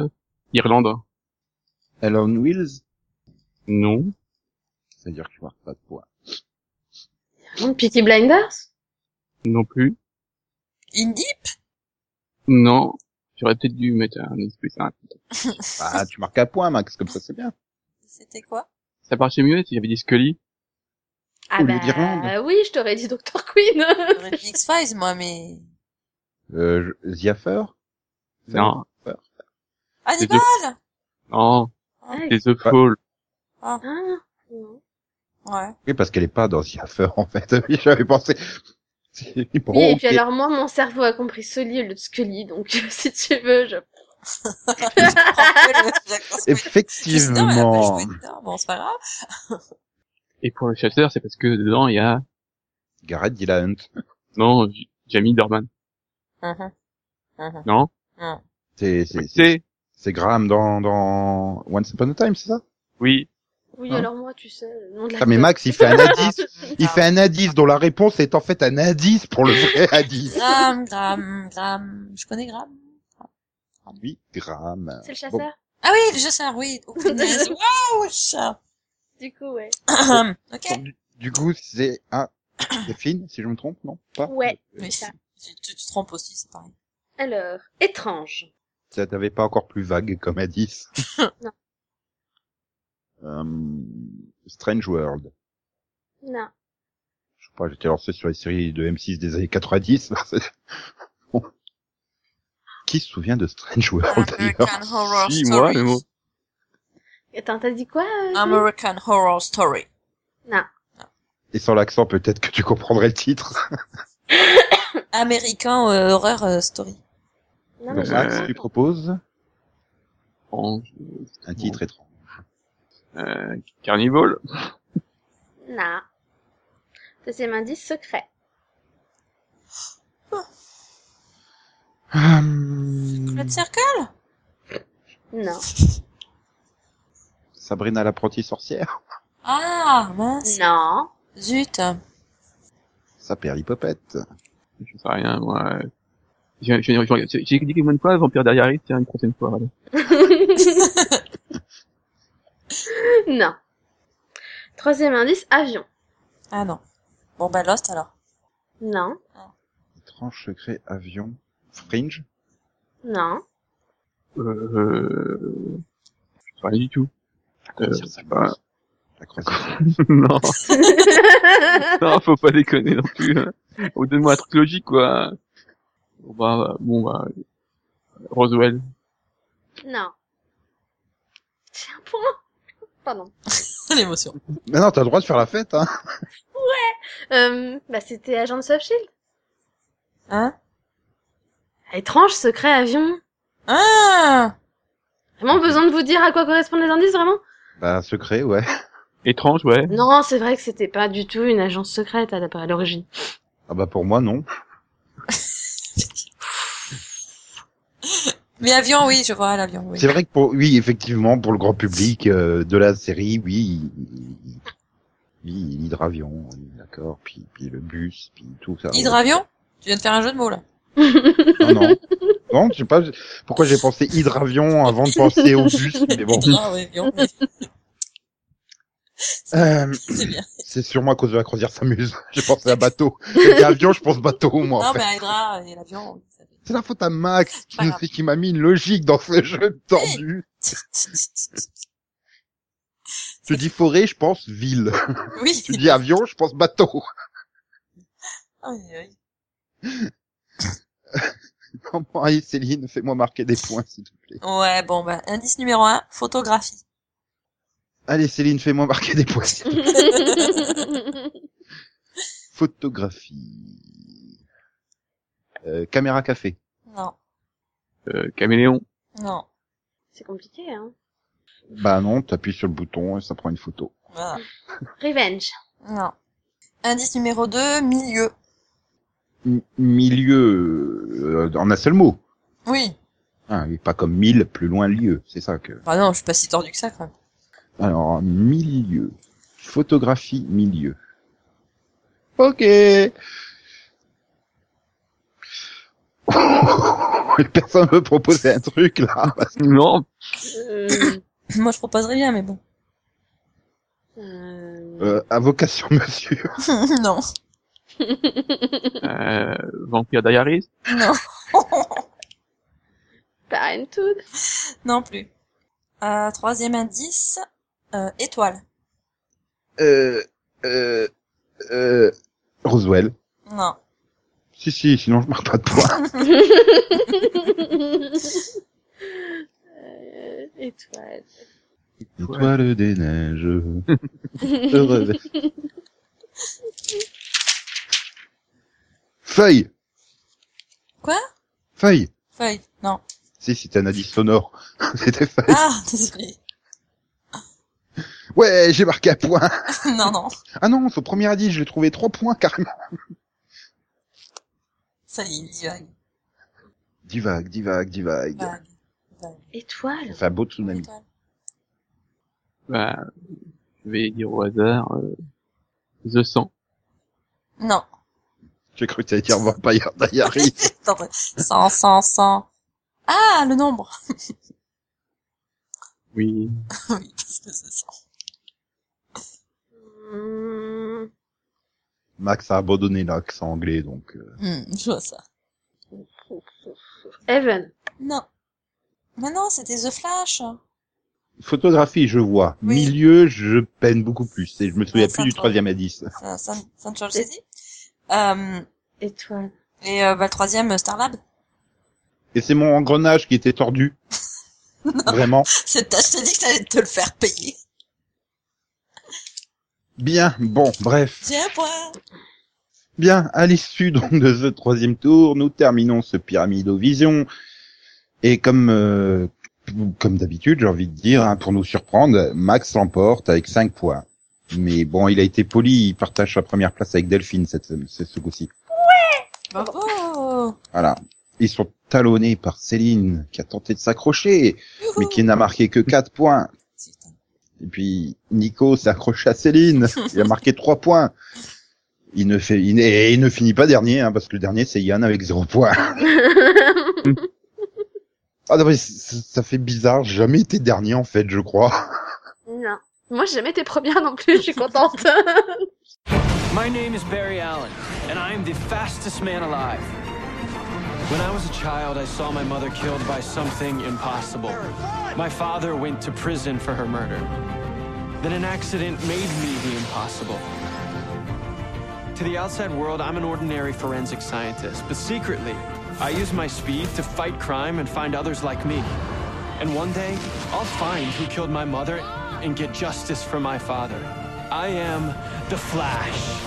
Irlande. Elle on Wheels. Non. C'est-à-dire que je marque pas de points. Peaky Blinders Non plus. Indie Non. J'aurais peut-être dû mettre un indice plus simple. Ah, tu marques un point, Max, comme ça c'est bien. C'était quoi Ça marchait mieux si j'avais dit Scully. Ah Ou l'Irlande. oui, je t'aurais dit Dr. Queen. J'aurais dit X-Files, moi, mais... Euh, je- The Affair Non. Hannibal Non. C'est The Ouais. Fall. Oh, Ah, non. Ouais. *laughs* Oui, parce qu'elle est pas dans The Affair, en fait. *laughs* Oui, J'avais pensé. C'est- Bon, Oui, et puis ok. alors moi, mon cerveau a compris Sully au lieu de Scully, donc *laughs* si tu veux, je... *laughs* Effectivement. Bon, c'est pas grave. Et pour le chasseur, c'est parce que dedans, il y a... Gareth Dillahunt. Non, J- Jamie Dorman. Mhm. Mhm. Non. C'est, c'est, c'est, C'est... c'est Graham dans, dans Once Upon a Time, c'est ça? Oui. Oui, Hein alors moi, tu sais, le nom de la... Ah, mais Max, il fait un indice. Mm-hmm. Il fait un indice dont la réponse est en fait un indice pour le vrai *laughs* indice. Ah. Gram, Gram, Gram. Je connais Gram. Ah Oui, Graham. C'est le chasseur Ah oui, le chasseur, oui. Oh, *laughs* punaise. Waouh, chat. Du coup, ouais. *clears throat* ok. Donc, du, du coup, c'est un, *coughs* c'est Finn, si je me trompe, non? Pas? Ouais. Mais ça. tu, tu te trompes aussi, c'est pareil. Alors, étrange. Ça t'avait pas encore plus vague comme indice. Non. Euh, Strange World. Non. Je sais pas, j'étais lancé sur les séries de M6 des années 90. là, c'est- Bon. *laughs* Qui se souvient de Strange World Oh, Euh, d'ailleurs American Horror Si, moi, Story. mais bon. Attends, t'as dit quoi euh, Ah, Julie American Horror Story. Et sans l'accent, peut-être que tu comprendrais le titre. American euh, Horror euh, Story. Non, mais Donc, j'ai Max, pas- tu proposes En... un titre étrange. Euh, Carnival. Non. Deuxième indice, secret. Hum, Blood Circle Non. Sabrina l'apprentie sorcière Ah, mince. Non. Zut. Ah Ça perd l'hypopète. Je sais rien, moi. J'ai j'ai- j'ai- j'ai dit combien de fois Vampire derrière Iris, tiens, une prochaine fois. allez. non. Troisième indice, avion. Ah non. Bon, bah Lost alors. Non. Étrange secret avion. Fringe Non. Euh... Je sais rien du tout. *laughs* La croisière s'amuse. La croisière Euh, s'amuse. non. non, faut pas déconner non plus. Hein. Ou donne-moi un truc logique, quoi. Bon, bah, bon, bah, Roswell. non. J'ai un point. Pardon. L'émotion. Mais non, t'as le droit de faire la fête, hein Euh, bah, c'était agent de soft shield. Ah, Hein Étrange, secret, avion. Ah Vraiment besoin de vous dire à quoi correspondent les indices, vraiment Bah, secret, ouais. Étrange, ouais. Non, c'est vrai que c'était pas du tout une agence secrète à la- à l'origine. Ah bah pour moi, non. Mais avion, oui, je vois l'avion, oui. C'est vrai que pour, oui, effectivement, pour le grand public euh, de la série, oui, il- il- Puis l'hydravion, oui, d'accord. Puis, puis le bus, puis tout ça. Hydravion Tu viens de faire un jeu de mots là. Non, non. Non, je sais pas pourquoi j'ai pensé hydravion avant de penser au bus, mais bon. Ah oui, avion, oui, Euh, *laughs* c'est bien. c'est sûrement à cause de la croisière s'amuse. *laughs* J'ai pensé à bateau. Et à avion, je pense bateau, *laughs* moi, non, en fait. mais à Hydra et l'avion. oui, ça C'est la faute à Max qui Ah, bah. Pas nous grave. fait qui m'a mis une logique dans ce jeu tordu. fait- *laughs* Tu dis forêt, je pense ville. oui. Tu dis avion, je pense bateau. Aïe, aïe. Non, allez, Céline, fais-moi marquer des points, s'il te plaît. Ouais, bon, bah, indice numéro un, photographie. Allez, Céline, fais-moi marquer des points. s'il te plaît. Photographie. Euh, caméra café. Non, Euh, caméléon. *laughs* non, C'est compliqué, hein. Bah non, t'appuies sur le bouton et ça prend une photo. voilà. Revenge. non. Indice numéro deux, milieu. M- milieu, euh, en un seul mot. Oui. Ah, et pas comme mille, plus loin lieu. C'est ça que. Bah non, je suis pas si tordu que ça, quand même. Alors, milieu. Photographie milieu. Ok. *laughs* Et Personne veut proposer un truc là. parce que- Non, Euh, *laughs* Moi, je proposerais bien, mais bon. *laughs* euh, Euh, à *laughs* vocation mesure. non. euh, Vampire Diaries. Non. Parenthood. non plus. Euh, troisième indice, euh, étoile. Euh, euh, euh, Roswell. Non. Si si, sinon je marque pas de points. Euh, étoile. Étoile des neiges. Heureux. Feuille. Quoi Feuille. Feuille. Non. Si, c'était un indice sonore. *laughs* C'était feuille. Ah, désolé. *laughs* Ouais, j'ai marqué un point. non, non. Ah non, son premier indice, je l'ai trouvé trois points carrément. Ça y est, il divague. Divague, divague, divague. Vague. Vague. Étoile. Enfin, beau tsunami. Étoile. Bah, je vais dire au hasard. euh, The 100. Non. *laughs* J'ai cru que t'allais dire Vampire Diaries. Attendez. 100, 100, 100. Ah, le nombre. *laughs* Oui. Oui, parce que c'est ça. Mmh, Max a abandonné l'accent anglais, donc... euh, Hmm, je vois ça. Heaven. Non. Mais non, c'était The Flash. Photographie, je vois. Oui. Milieu, je peine beaucoup plus. Et je me souviens Ouais, ça plus du va. troisième indice. Ça, ça, ça ne change saisi. Euh, Étoile. et euh, bah, le troisième, Starlab. Et c'est mon engrenage qui était tordu. Vraiment. *laughs* C'est je t'ai dit que t'allais te le faire payer. Bien, bon, bref. J'ai un point. Bien, à l'issue donc de ce troisième tour, nous terminons ce pyramidovision. Et comme euh, comme d'habitude, j'ai envie de dire, hein, pour nous surprendre, Max l'emporte avec 5 points. Mais bon, il a été poli, il partage sa première place avec Delphine cette, ce ce coup-ci. Bravo. Voilà. Ils sont talonnés par Céline, qui a tenté de s'accrocher, mais Youhou. qui n'a marqué que 4 points. Putain. Et puis Nico s'accroche à Céline. Il a marqué trois points. Il ne fait, il, et il ne finit pas dernier, hein, parce que le dernier c'est Yann avec zéro *laughs* point. ah non mais c- c- ça fait bizarre. J'ai Jamais été dernier en fait, je crois. non. Moi, j'ai jamais été première non plus, je suis contente. My name is Barry Allen, and I am the fastest man alive. When I was a child, I saw my mother killed by something impossible. My father went to prison for her murder. Then an accident made me the impossible. To the outside world, I'm an ordinary forensic scientist, but secretly, I use my speed to fight crime and find others like me. And one day, I'll find who killed my mother and get justice for my father. I am the Flash.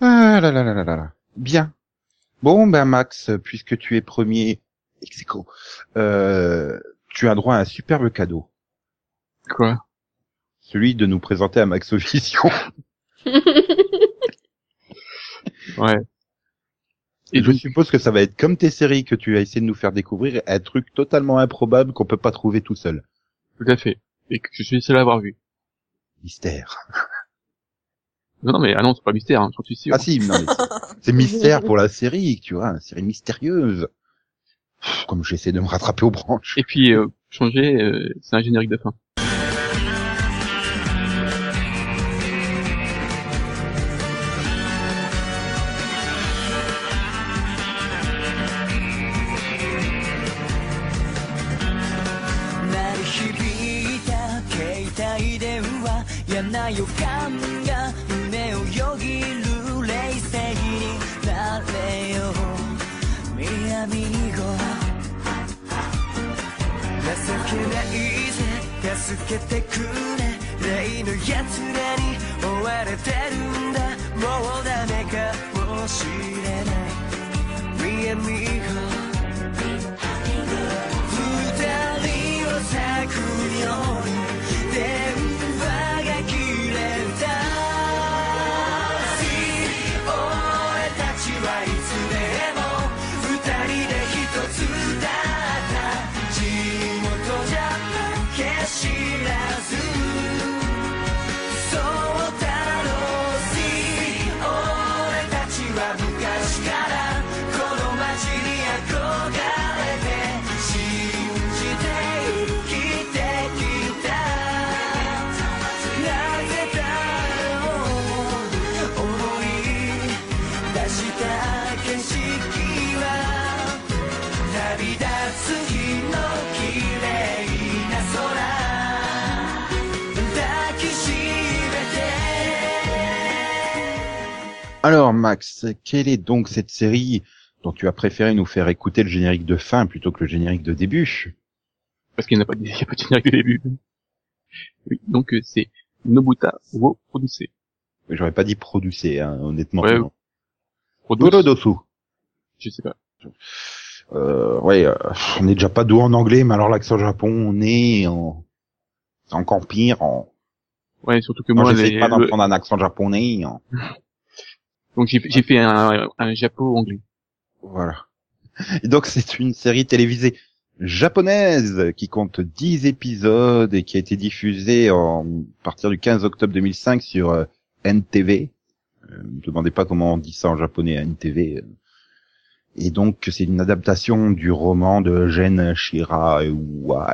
Ah là là là là là là. Bien. Bon, ben Max, puisque tu es premier ex aequo, euh, tu as droit à un superbe cadeau, Quoi celui de nous présenter à Maxovision. Ouais. Et Et je donc, suppose que ça va être comme tes séries que tu as essayé de nous faire découvrir, un truc totalement improbable qu'on peut pas trouver tout seul. tout à fait. Et que je suis le seul à l'avoir vu. Mystère. Non, non, mais ah non, c'est pas mystère, hein, j'en suis sûr. Ah si, non, mais c'est- c'est mystère pour la série, tu vois, une série mystérieuse. Pff, Comme j'essaie de me rattraper aux branches. Et puis, euh, changer, euh, c'est un générique de fin. 鳴り響いた携帯電話嫌な予感が胸をよぎる冷静になれよミアミゴ情けないぜ助けてくれ例の奴らに追われてるんだもうダメかもしれないミアミゴ二人を裂くように電話が切れた俺たちはいつでも二人で一つだった地元じゃ負け知らずそうだろうし俺たちは昔からこの街に憧れて信じて生きてきたなぜだろう思い出した景色は旅立つ日の綺麗な空抱きしめて Alors Max, quelle est donc cette série dont tu as préféré nous faire écouter le générique de fin plutôt que le générique de début Parce qu'il n'y en a pas, de- il y a pas de générique de début. Oui, donc euh, c'est Nobuta wo Produce. Mais J'aurais pas dit producé, hein, honnêtement. Ouais. Non. Produce, Dorodosu. je sais pas. Euh, ouais, euh, on est déjà pas doux en anglais, mais alors l'accent japon, on est en... C'est encore pire. En... Ouais, surtout que Moi, moi, j'essaie les- pas d'en le- prendre un accent japonais. en- donc j'ai j'ai fait un, un japo anglais. Voilà. Et donc c'est une série télévisée japonaise qui compte 10 épisodes et qui a été diffusée en à partir du 15 octobre 2005 sur euh, NTV. Euh, Ne me demandez pas comment on dit ça en japonais, NTV. euh. Et donc c'est une adaptation du roman de Gen Shiraiwa.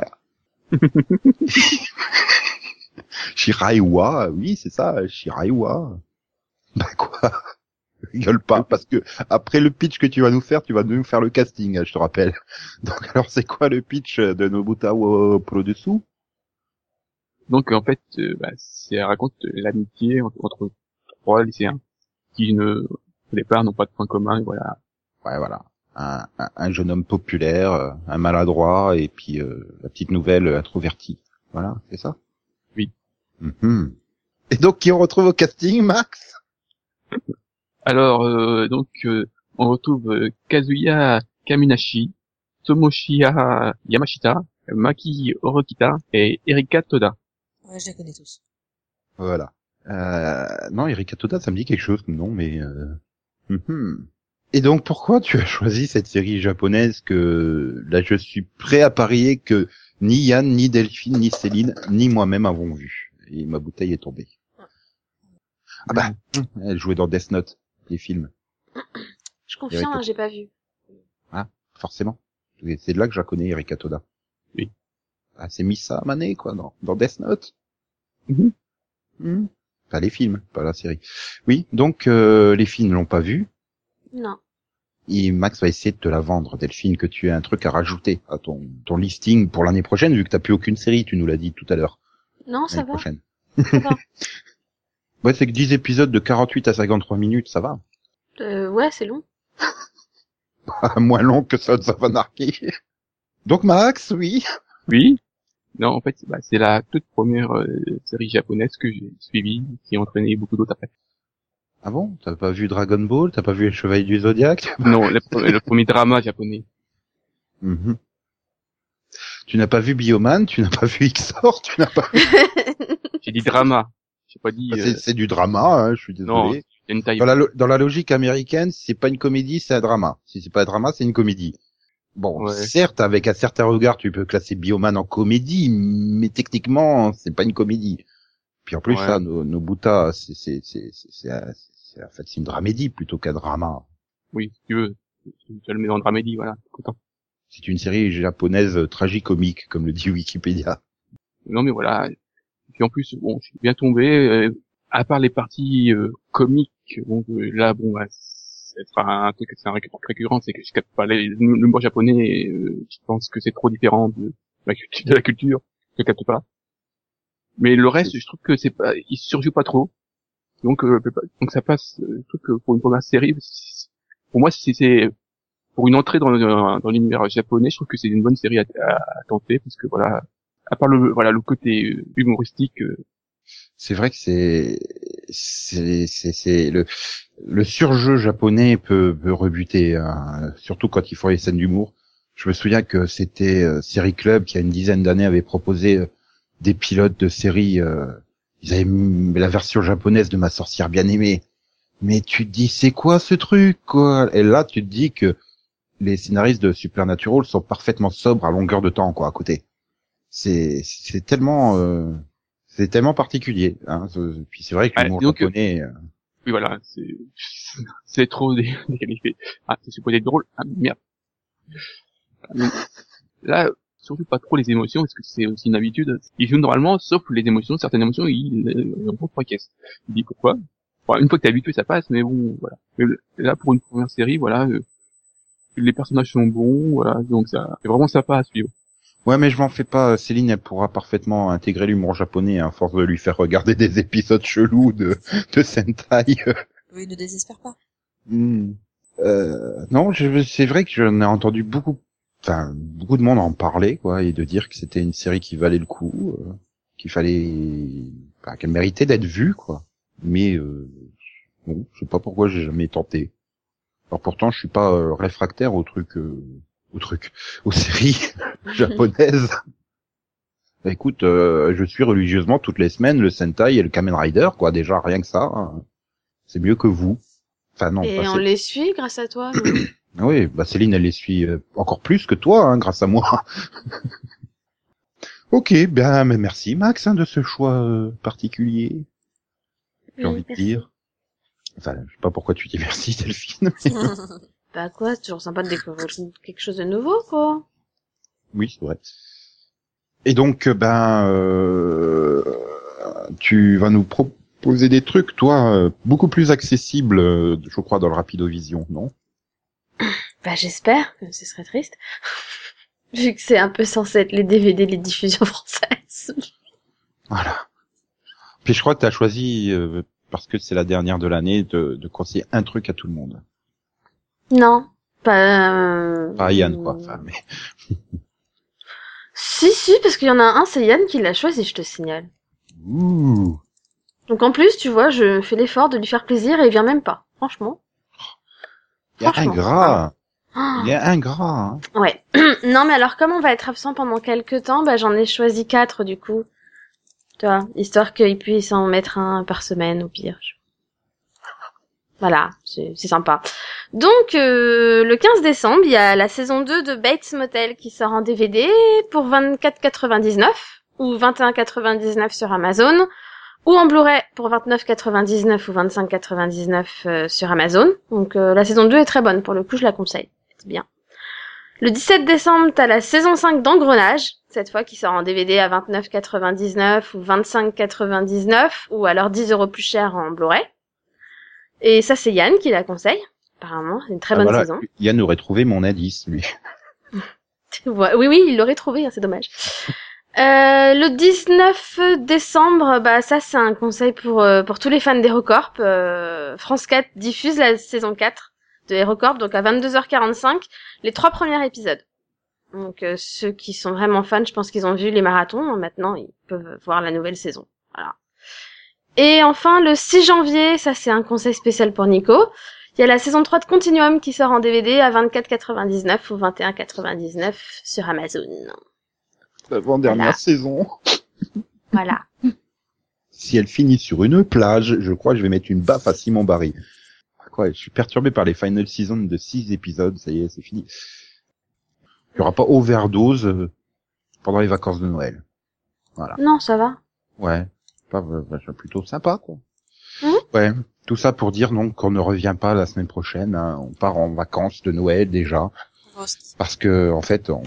Shiraiwa, oui c'est ça, Shiraiwa. Bah quoi Rigole pas parce que après le pitch que tu vas nous faire, tu vas nous faire le casting, hein, je te rappelle. *laughs* Donc alors c'est quoi le pitch de Nobuta wo Produsu Donc en fait, euh, bah, ça raconte l'amitié entre, entre trois lycéens qui ne, au départ, n'ont pas de point commun. Et voilà. Ouais voilà, un, un- un jeune homme populaire, euh, un maladroit et puis euh, la petite nouvelle euh, introvertie. Voilà, c'est ça Oui. Mhm. Et donc qui on retrouve au casting, Max Alors euh, donc euh, on retrouve euh, Kazuya Kaminashi, Tomoshiya Yamashita, Maki Orokita et Erika Toda. Ouais, je les connais tous. Voilà. Euh, non, Erika Toda, ça me dit quelque chose comme nom, mais... euh, mhm. Et donc, pourquoi tu as choisi cette série japonaise que... Là, je suis prêt à parier que ni Yann, ni Delphine, ni Céline, ni moi-même avons vu. Et ma bouteille est tombée. Ah bah, elle jouait dans Death Note, les films, Je confirme, Eric- hein, j'ai pas vu. forcément. Et C'est de là que je la connais, Erika Toda. Oui. Ah, c'est Misa Mané, quoi, dans, dans Death Note. Mhm. Mhm. Pas les films, pas la série. Oui, donc euh, les films ne l'ont pas vu. Non. Et Max va essayer de te la vendre, Delphine, que tu as un truc à rajouter à ton, ton listing pour l'année prochaine, vu que t'as plus aucune série, tu nous l'as dit tout à l'heure. Non, ça L'année va. prochaine. Ça va. *laughs* Ouais, c'est que 10 épisodes de 48 à 53 minutes, ça va. *laughs* Euh, ouais, c'est long. Pas moins long que ça de Savanarchy. Donc Max, oui. Oui. Non, en fait, bah, c'est la toute première euh, série japonaise que j'ai suivie, qui a entraîné beaucoup d'autres après. Ah bon T'as pas vu Dragon Ball T'as pas vu Les Chevaliers du Zodiac Non, le, pre- le premier drama japonais. Mhm. Tu n'as pas vu Bioman Tu n'as pas vu Xor Tu n'as pas. vu- J'ai dit drama. J'ai pas dit. Euh, C'est c'est du drama. hein, je suis désolé. non, hentai. Dans la, lo- dans la logique américaine, si c'est pas une comédie, c'est un drama. Si c'est pas un drama, c'est une comédie. Bon, Ouais. certes, avec un certain regard, tu peux classer Bioman en comédie, mais techniquement, c'est pas une comédie. Puis en plus, Ouais. ça, nos, nos Boutas, c'est, c'est, c'est, c'est, c'est un- c'est- en fait, c'est une dramédie plutôt qu'un drama. Oui, si tu veux. Tu vas le mets dans le dramédie, voilà. Content. C'est une série japonaise euh, tragicomique, comme le dit Wikipédia. Non, mais voilà. Et puis en plus, bon, je suis bien tombé. euh, à part les parties euh, comiques, bon, euh, là, bon, bah, c'est enfin, un truc, c'est un récu- récurrent, c'est que je capte pas les- l'humour japonais. et, euh, je pense que c'est trop différent de la culture. De la culture je capte pas. Mais le reste, je trouve que c'est pas, il surjoue pas trop. Donc, euh, donc ça passe. euh, Je trouve que pour une première série, c'est- pour moi, si c'est pour une entrée dans, le- dans l'univers japonais, je trouve que c'est une bonne série à, à, à tenter parce que voilà, à part le voilà le côté euh, humoristique, euh, C'est vrai que c'est, c'est, c'est, c'est le, le surjeu japonais peut, peut rebuter, hein, surtout quand ils font les scènes d'humour. Je me souviens que c'était euh, Série Club qui, il y a une dizaine d'années, avait proposé euh, des pilotes de séries. euh, ils avaient mis la version japonaise de Ma sorcière bien-aimée. Mais tu te dis, c'est quoi ce truc quoi Et là, tu te dis que les scénaristes de Supernatural sont parfaitement sobres à longueur de temps, quoi, à côté. C'est c'est tellement... euh, c'est tellement particulier. Hein. ce- Puis c'est vrai que Ah, l'humour donc, japonais... euh, oui voilà, c'est *laughs* c'est trop *laughs* dé- déqualifié. Ah, c'est supposé être drôle. Ah merde. Mais Là, surtout pas trop les émotions parce que c'est aussi une habitude. Ils jouent normalement, sauf les émotions. Certaines émotions, ils euh, ils en font trois caisses. Je dis pourquoi. Enfin, une fois que t'es habitué, ça passe, mais bon, voilà. Mais là, pour une première série, voilà, euh, les personnages sont bons, voilà, donc ça, c'est vraiment sympa à suivre. Ouais, mais je m'en fais pas. Céline, elle pourra parfaitement intégrer l'humour japonais hein, à force de lui faire regarder des *laughs* épisodes chelous de, de Sentai. Oui, ne désespère pas. Hmm. Euh, non, je- c'est vrai que j'en ai entendu beaucoup, enfin, beaucoup de monde en parler, quoi, et de dire que c'était une série qui valait le coup, euh, qu'il fallait, enfin, qu'elle méritait d'être vue, quoi. Mais, euh, bon, je sais pas pourquoi j'ai jamais tenté. Alors pourtant, je suis pas euh, réfractaire au truc, euh, au truc, *laughs* aux séries japonaises. Bah, Écoute, euh, je suis religieusement toutes les semaines le Sentai et le Kamen Rider, quoi. Déjà, rien que ça, hein. c'est mieux que vous. Enfin non, pas Et on c'est- les suit grâce à toi. non ah Oui, bah Céline, elle les suit euh, encore plus que toi, hein, grâce à moi. *laughs* ok, bien, mais merci Max hein, de ce choix euh, particulier, j'ai envie de dire. Enfin, je sais pas pourquoi tu dis merci, *laughs* Delphine. mais- Bah quoi, c'est toujours sympa de découvrir quelque chose de nouveau, quoi. oui, c'est vrai. Et donc, euh, ben, euh, tu vas nous proposer des trucs, toi, euh, beaucoup plus accessibles, euh, je crois, dans le Rapidovision, non Bah j'espère, que ce serait triste. *laughs* Vu que c'est un peu censé être les DVD, les diffusions françaises. Voilà. Puis je crois que tu as choisi, euh, parce que c'est la dernière de l'année, de, de conseiller un truc à tout le monde. Non, pas... euh, Pas à Yann, quoi. Enfin, mais... Si, si, parce qu'il y en a un, c'est Yann qui l'a choisi, je te signale. Ouh. Donc en plus, tu vois, je fais l'effort de lui faire plaisir et il vient même pas, franchement. Il y a un Franchement, gras. Ah, Il y a un gras. hein. ouais. *clears throat* non, mais alors comme on va être absent pendant quelques temps, bah j'en ai choisi quatre du coup. Tu vois, histoire qu'il puisse en mettre un par semaine au pire. je- Voilà, c'est c'est sympa. Donc euh, le 15 décembre, il y a la saison 2 de Bates Motel qui sort en DVD pour 24,99 ou 21,99 sur Amazon ou en Blu-ray pour 29,99 ou 25,99 euh, sur Amazon. Donc euh, la saison 2 est très bonne pour le coup, je la conseille. C'est bien. Le 17 décembre, t'as la saison 5 d'Engrenage, cette fois qui sort en DVD à 29,99 ou 25,99 ou alors 10 euros plus cher en Blu-ray. Et ça, c'est Yann qui la conseille. Apparemment, c'est une très Ah, bonne voilà. saison. Yann aurait trouvé mon indice, lui. Ouais, Oui, oui, il l'aurait trouvé, hein, c'est dommage. Euh, le 19 décembre, bah ça c'est un conseil pour euh, pour tous les fans d'Hérocorp. Euh, France 4 diffuse la saison 4 de Hérocorp, donc à 22h45, les trois premiers épisodes. Donc euh, ceux qui sont vraiment fans, je pense qu'ils ont vu les marathons. Maintenant, ils peuvent voir la nouvelle saison. Voilà. Et enfin, le 6 janvier, ça c'est un conseil spécial pour Nico, il y a la saison 3 de Continuum qui sort en DVD à 24,99 ou 21,99 sur Amazon. *laughs* L'avant-dernière Voilà. saison. Voilà. *laughs* Si elle finit sur une plage, je crois que je vais mettre une baffe à Simon Barry. Ah, Quoi, je suis perturbé par les final seasons de 6 épisodes, ça y est, c'est fini. Il n'y aura pas overdose euh, pendant les vacances de Noël. Non, ça va. Ouais, pas euh, vachement plutôt sympa, quoi. Mhm. Ouais, tout ça pour dire donc qu'on ne revient pas la semaine prochaine, hein. on part en vacances de Noël déjà. Au ski. parce que en fait, on-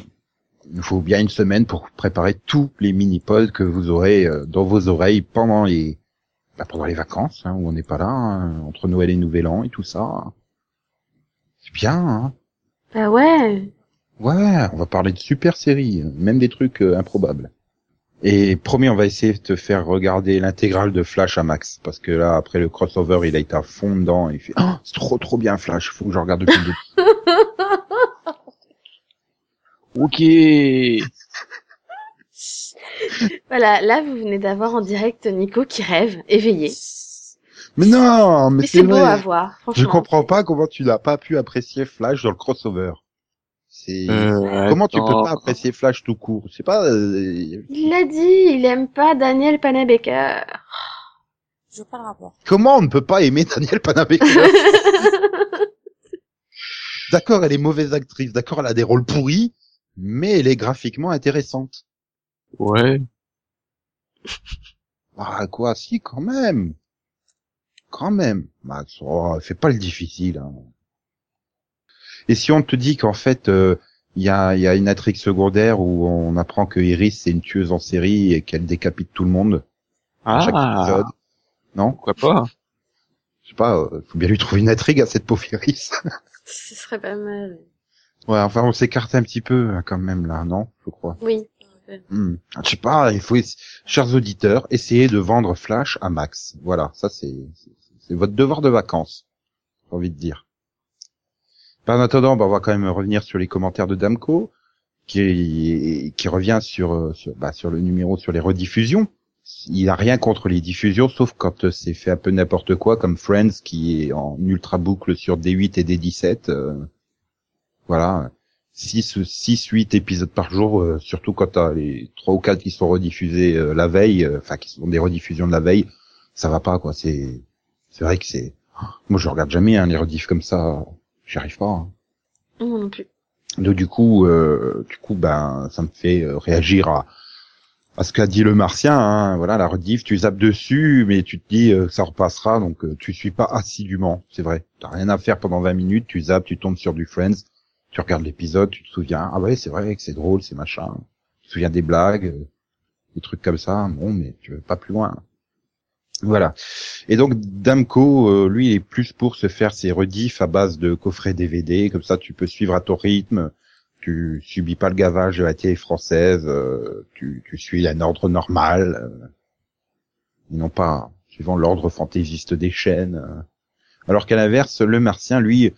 il faut bien une semaine pour préparer tous les mini-pods que vous aurez euh, dans vos oreilles pendant les bah, pendant les vacances hein, où on n'est pas là, hein, entre Noël et Nouvel An et tout ça. C'est bien. Hein Bah ouais. ouais, on va parler de super séries, euh, même des trucs euh, improbables. Et promis, on va essayer de te faire regarder l'intégrale de Flash à Max, parce que là, après le crossover, il a été à fond dedans, et il fait, oh, c'est trop trop bien Flash, faut que je regarde depuis le début. Ok. J'ai Voilà, là vous venez d'avoir en direct Nico qui rêve, éveillé. Mais non, mais, Mais c'est beau vrai. à voir, franchement. Je comprends pas comment tu n'as pas pu apprécier Flash dans le crossover. C'est Euh, comment tu attends. peux pas apprécier Flash tout court C'est pas euh, Il l'a dit, il aime pas Daniel Panabaker. Je vois pas le rapport. comment on ne peut pas aimer Daniel *laughs* Panabaker D'accord, elle est mauvaise actrice, d'accord, elle a des rôles pourris, mais elle est graphiquement intéressante. Ouais. Ah quoi, si quand même. Quand même, Max, oh, fais pas le difficile. hein. Et si on te dit qu'en fait, euh, il y, a, il y a une intrigue secondaire où on apprend que Iris c'est une tueuse en série et qu'elle décapite tout le monde à chaque Ah. épisode. Non, Pourquoi pas hein. je sais pas, euh, faut bien lui trouver une intrigue à cette pauvre Iris. *laughs* *laughs* Ce serait pas mal. ouais, enfin on s'écarte un petit peu hein, quand même là, non, je crois. Oui. Hmm. Je sais pas, il faut, ess- chers auditeurs, essayer de vendre Flash à Max. Voilà, ça c'est c'est- c'est votre devoir de vacances, j'ai envie de dire. Ben, en attendant, ben, on va quand même revenir sur les commentaires de Damco, qui qui revient sur euh, sur, bah, sur le numéro sur les rediffusions. Il a rien contre les diffusions, sauf quand euh, c'est fait un peu n'importe quoi, comme Friends qui est en ultra boucle sur D8 et D17. euh, voilà. 6, 6 8 épisodes par jour, euh, surtout quand t'as les 3 ou 4 qui sont rediffusés euh, la veille, euh, enfin qui sont des rediffusions de la veille, ça va pas quoi, c'est c'est vrai que c'est moi je regarde jamais hein, les rediffs comme ça, j'y arrive pas. hein. Moi non plus. Donc du coup euh, du coup ben ça me fait euh, réagir à à ce qu'a dit le martien hein. voilà la rediff, tu zappes dessus mais tu te dis euh, que ça repassera donc euh, tu suis pas assidûment, c'est vrai. T'as rien à faire pendant 20 minutes, tu zappes, tu tombes sur du Friends tu regardes l'épisode, tu te souviens, ah ouais, c'est vrai que c'est drôle, c'est machin. Tu te souviens des blagues, euh, des trucs comme ça. Bon, mais tu veux pas plus loin. Voilà. Et donc Damco, euh, lui, il est plus pour se faire ses rediffs à base de coffrets DVD. Comme ça, tu peux suivre à ton rythme. Tu subis pas le gavage de la télé française. euh, tu, tu suis un ordre normal. euh, et non pas suivant l'ordre fantaisiste des chaînes. euh. Alors qu'à l'inverse, le martien, lui,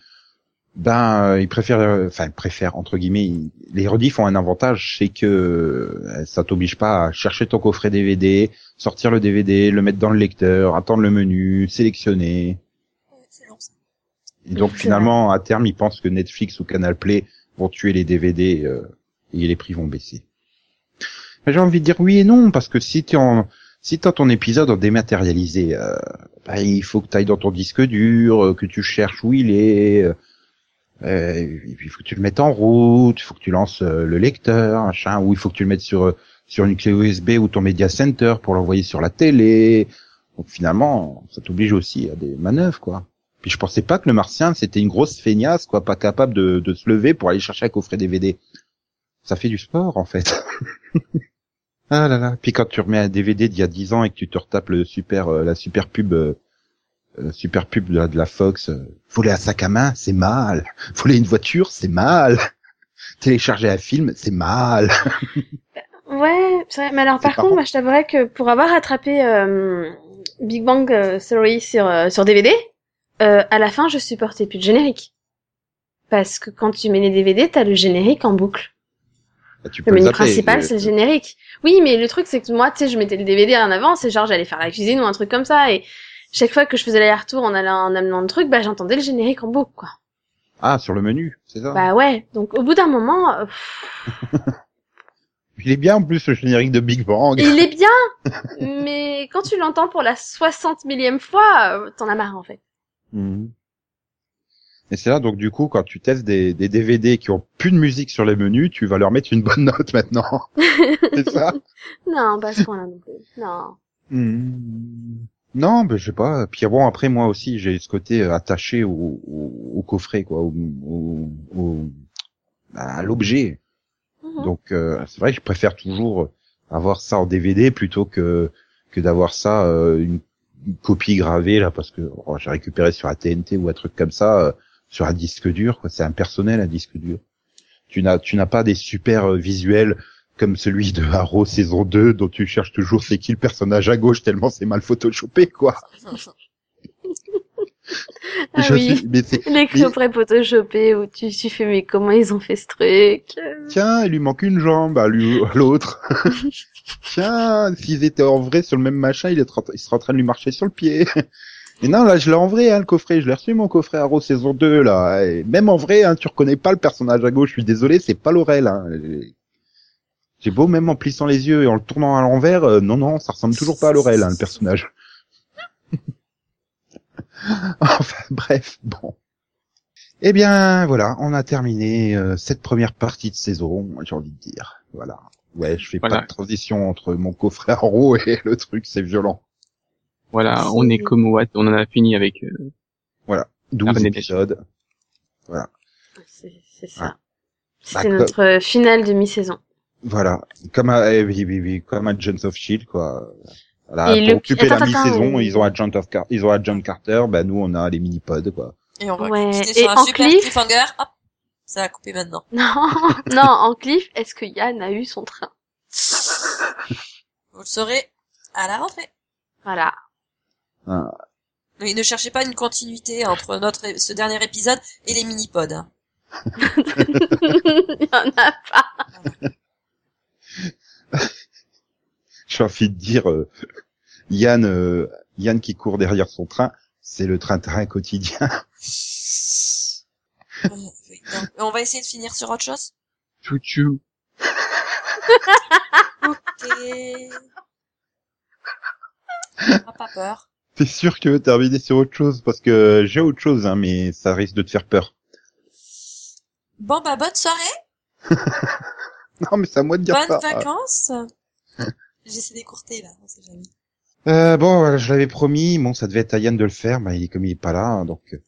ben, euh, il préfère, euh, enfin, il préfère entre guillemets. il- les rediffs ont un avantage, c'est que euh, ça t'oblige pas à chercher ton coffret DVD, sortir le DVD, le mettre dans le lecteur, attendre le menu, sélectionner. Ouais, c'est long, ça. Et donc C'est finalement, à terme, ils pensent que Netflix ou Canal Play vont tuer les DVD euh, et les prix vont baisser. Mais J'ai envie de dire oui et non parce que si t'es en si t'as ton épisode en dématérialisé, euh, bah, il faut que t'ailles dans ton disque dur, euh, que tu cherches où il est, euh, euh, et puis il faut que tu le mettes en route, il faut que tu lances euh, le lecteur, machin, ou il faut que tu le mettes sur euh, sur une clé USB ou ton media center pour l'envoyer sur la télé. Donc finalement, ça t'oblige aussi à des manœuvres quoi. Puis je pensais pas que le martien c'était une grosse feignasse quoi, pas capable de, de se lever pour aller chercher un coffret DVD. Ça fait du sport en fait. *laughs* ah là là. Puis quand tu remets un DVD d'il y a 10 ans et que tu te retapes le super euh, la super pub euh, euh, super pub de la, de la Fox, euh, voler un sac à main, c'est mal. Voler une voiture, c'est mal. *laughs* Télécharger un film, c'est mal. Ouais, c'est vrai. Mais alors par C'est contre, marrant. moi je t'avouerais que pour avoir attrapé euh, Big Bang euh, Theory sur, euh, sur DVD, euh, à la fin je supportais plus de générique. Parce que quand tu mets les DVD, t'as le générique en boucle. Bah, tu peux Le menu zapper, principal, euh, c'est le générique. Oui, mais le truc, c'est que moi, tu sais, je mettais le DVD en avance et genre, j'allais faire la cuisine ou un truc comme ça. Et chaque fois que je faisais l'aller-retour en allant en amenant le truc, bah, j'entendais le générique en boucle, quoi. Ah, sur le menu, c'est ça Bah ouais. Donc, au bout d'un moment, euh, pff, Il est bien en plus le générique de Big Bang. *laughs* il est bien, mais quand tu l'entends pour la 60 millième fois, euh, t'en as marre, en fait. Mhm. Et c'est là, donc du coup, quand tu testes des, des DVD qui ont plus de musique sur les menus, tu vas leur mettre une bonne note maintenant. c'est ça Non, pas à ce point-là non plus. Non. Hmm. Non, ben, je sais pas. Puis bon, après moi aussi, j'ai ce côté euh, attaché au, au, au coffret, quoi, au, au- au- à l'objet. Mhm. Donc euh, c'est vrai que je préfère toujours avoir ça en DVD plutôt que que d'avoir ça euh, une, une copie gravée là, parce que oh, j'ai récupéré sur la TNT ou un truc comme ça euh, sur un disque dur. quoi. C'est impersonnel un disque dur. Tu n'as tu n'as pas des super euh, visuels comme celui de Arrow saison 2 dont tu cherches toujours c'est qui le personnage à gauche tellement c'est mal photoshopé quoi. *laughs* Ah Je oui. suis- mais c'est- Les coffrets photoshopés où tu, tu fais, mais comment ils ont fait ce truc? Tiens, il lui manque une jambe à lui- à l'autre. Tiens, s'ils étaient en vrai sur le même machin, il, est en- il serait en train de lui marcher sur le pied. Mais non, là, je l'ai en vrai, hein, le coffret. Je l'ai reçu, mon coffret Arrow saison 2, là. Et même en vrai, hein, tu reconnais pas le personnage à gauche. Je suis désolé, c'est pas Laurel. Hein. J'ai beau, même en plissant les yeux et en le tournant à l'envers, euh, non, non, ça ressemble toujours pas à Laurel, hein, le personnage. *laughs* enfin, bref, bon. Eh bien, voilà, on a terminé euh, cette première partie de saison, j'ai envie de dire. Voilà. Ouais, je fais pas Voilà. de transition entre mon coffret Arrow et le truc, c'est violent. Voilà, on est comme Watt, on en a fini avec. euh, 12 Ah, ben, épisodes. C'est c'est ça. C'était Bah, co- notre euh, finale de mi-saison. *laughs* Voilà. Comme à, eh oui, oui, oui, comme à Agents of Shield, E quoi. Voilà, Et pour le- occuper attends, la attends, mi-saison, oui. ils ont Agent of Car- ils ont Agent Carter, bah nous on a les mini-pods, quoi. *laughs* Et on va Ouais. quitter Et sur en un super cliff cliffhanger. Hop, ça a coupé maintenant. Non, non, en cliff, est-ce que Yann a eu son train? Vous le saurez à la rentrée. Voilà. *laughs* Oui, ne cherchez pas une continuité entre notre é- ce dernier épisode et les mini-pods. *laughs* hein. Il y en a pas. J'ai envie de dire, euh, Yann, euh, Yann qui court derrière son train, c'est le train-train quotidien. *laughs* Euh, oui, donc, on va essayer de finir sur autre chose. Chou chou. *laughs* Ok. Ah, pas peur. T'es sûr que tu veux terminer sur autre chose parce que j'ai autre chose, hein, mais ça risque de te faire peur. *laughs* Bon bah bonne soirée, Non, mais c'est à moi de dire bonnes ça. *laughs* vacances. J'essaie d'écourter là, on sait jamais. Euh, bon, voilà, je l'avais promis. Bon, ça devait être à Yann de le faire, mais il est comme il est pas là, hein, donc. euh.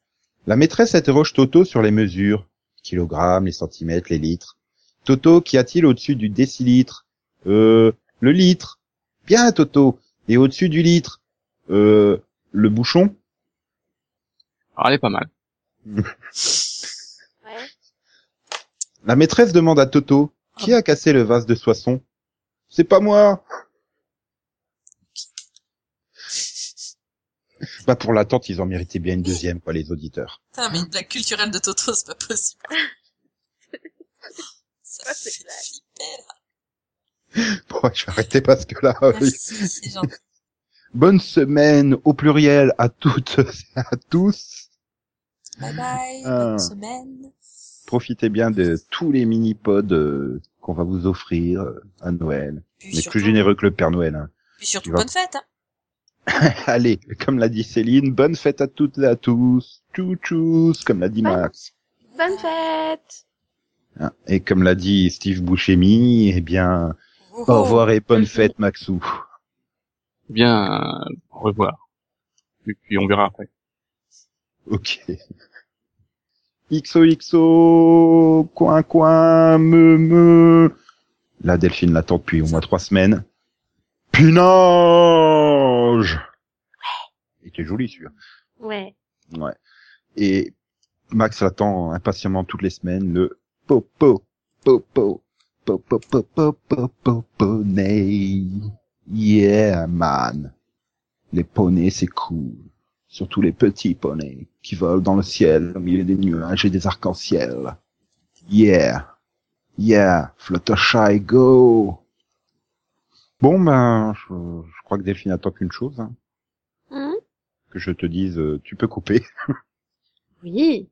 La maîtresse interroge Toto sur les mesures, kilogrammes, les centimètres, les litres. Toto, qu'y a-t-il au-dessus du décilitre Euh, le litre. Bien, Toto. Et au-dessus du litre, euh, le bouchon. Alors, elle est pas mal. La maîtresse demande à Toto qui a cassé le vase de Soissons. C'est pas moi. Bah pour l'attente, ils en méritaient bien une deuxième, quoi, les auditeurs. Putain, mais une blague culturelle de Toto, c'est pas *laughs* possible. Ça Ouais, c'est fait clair. flipper, là. Bon, je vais arrêter parce que là, Ah oui. Merci, Ah, c'est gentil. bonne semaine au pluriel à toutes et à tous. Bye bye, Ah. bonne semaine. Profitez bien de tous les mini-pods euh, qu'on va vous offrir euh, à Noël. Puis On est surtout, plus généreux que le Père Noël. hein. *laughs* puis surtout tu vas- bonne fête, hein. Allez, comme l'a dit Céline, bonne fête à toutes et à tous. Tchou tchous, comme l'a dit Bonne- Max. Bonne fête! Hein, Et comme l'a dit Steve Buscemi, eh bien, Oh, au oh. revoir et bonne fête, Maxou. Bien, euh, au revoir. Et puis on verra après. Ok. XOXO, coin coin, me me. La Delphine l'attend depuis au moins trois semaines. Pinage! Il était joli, celui-là. Ouais. Ouais. Et Max l'attend impatiemment toutes les semaines, le popo, popo, popo, popo, popo, poney. Yeah, man. Les poneys, c'est cool. Surtout les petits poneys qui volent dans le ciel au milieu des nuages et des arcs-en-ciel. Yeah. Yeah, Fluttershy, go Bon, ben, je, je crois que Delphine attend qu'une chose, hein, Hmm que je te dise, euh, tu peux couper. oui.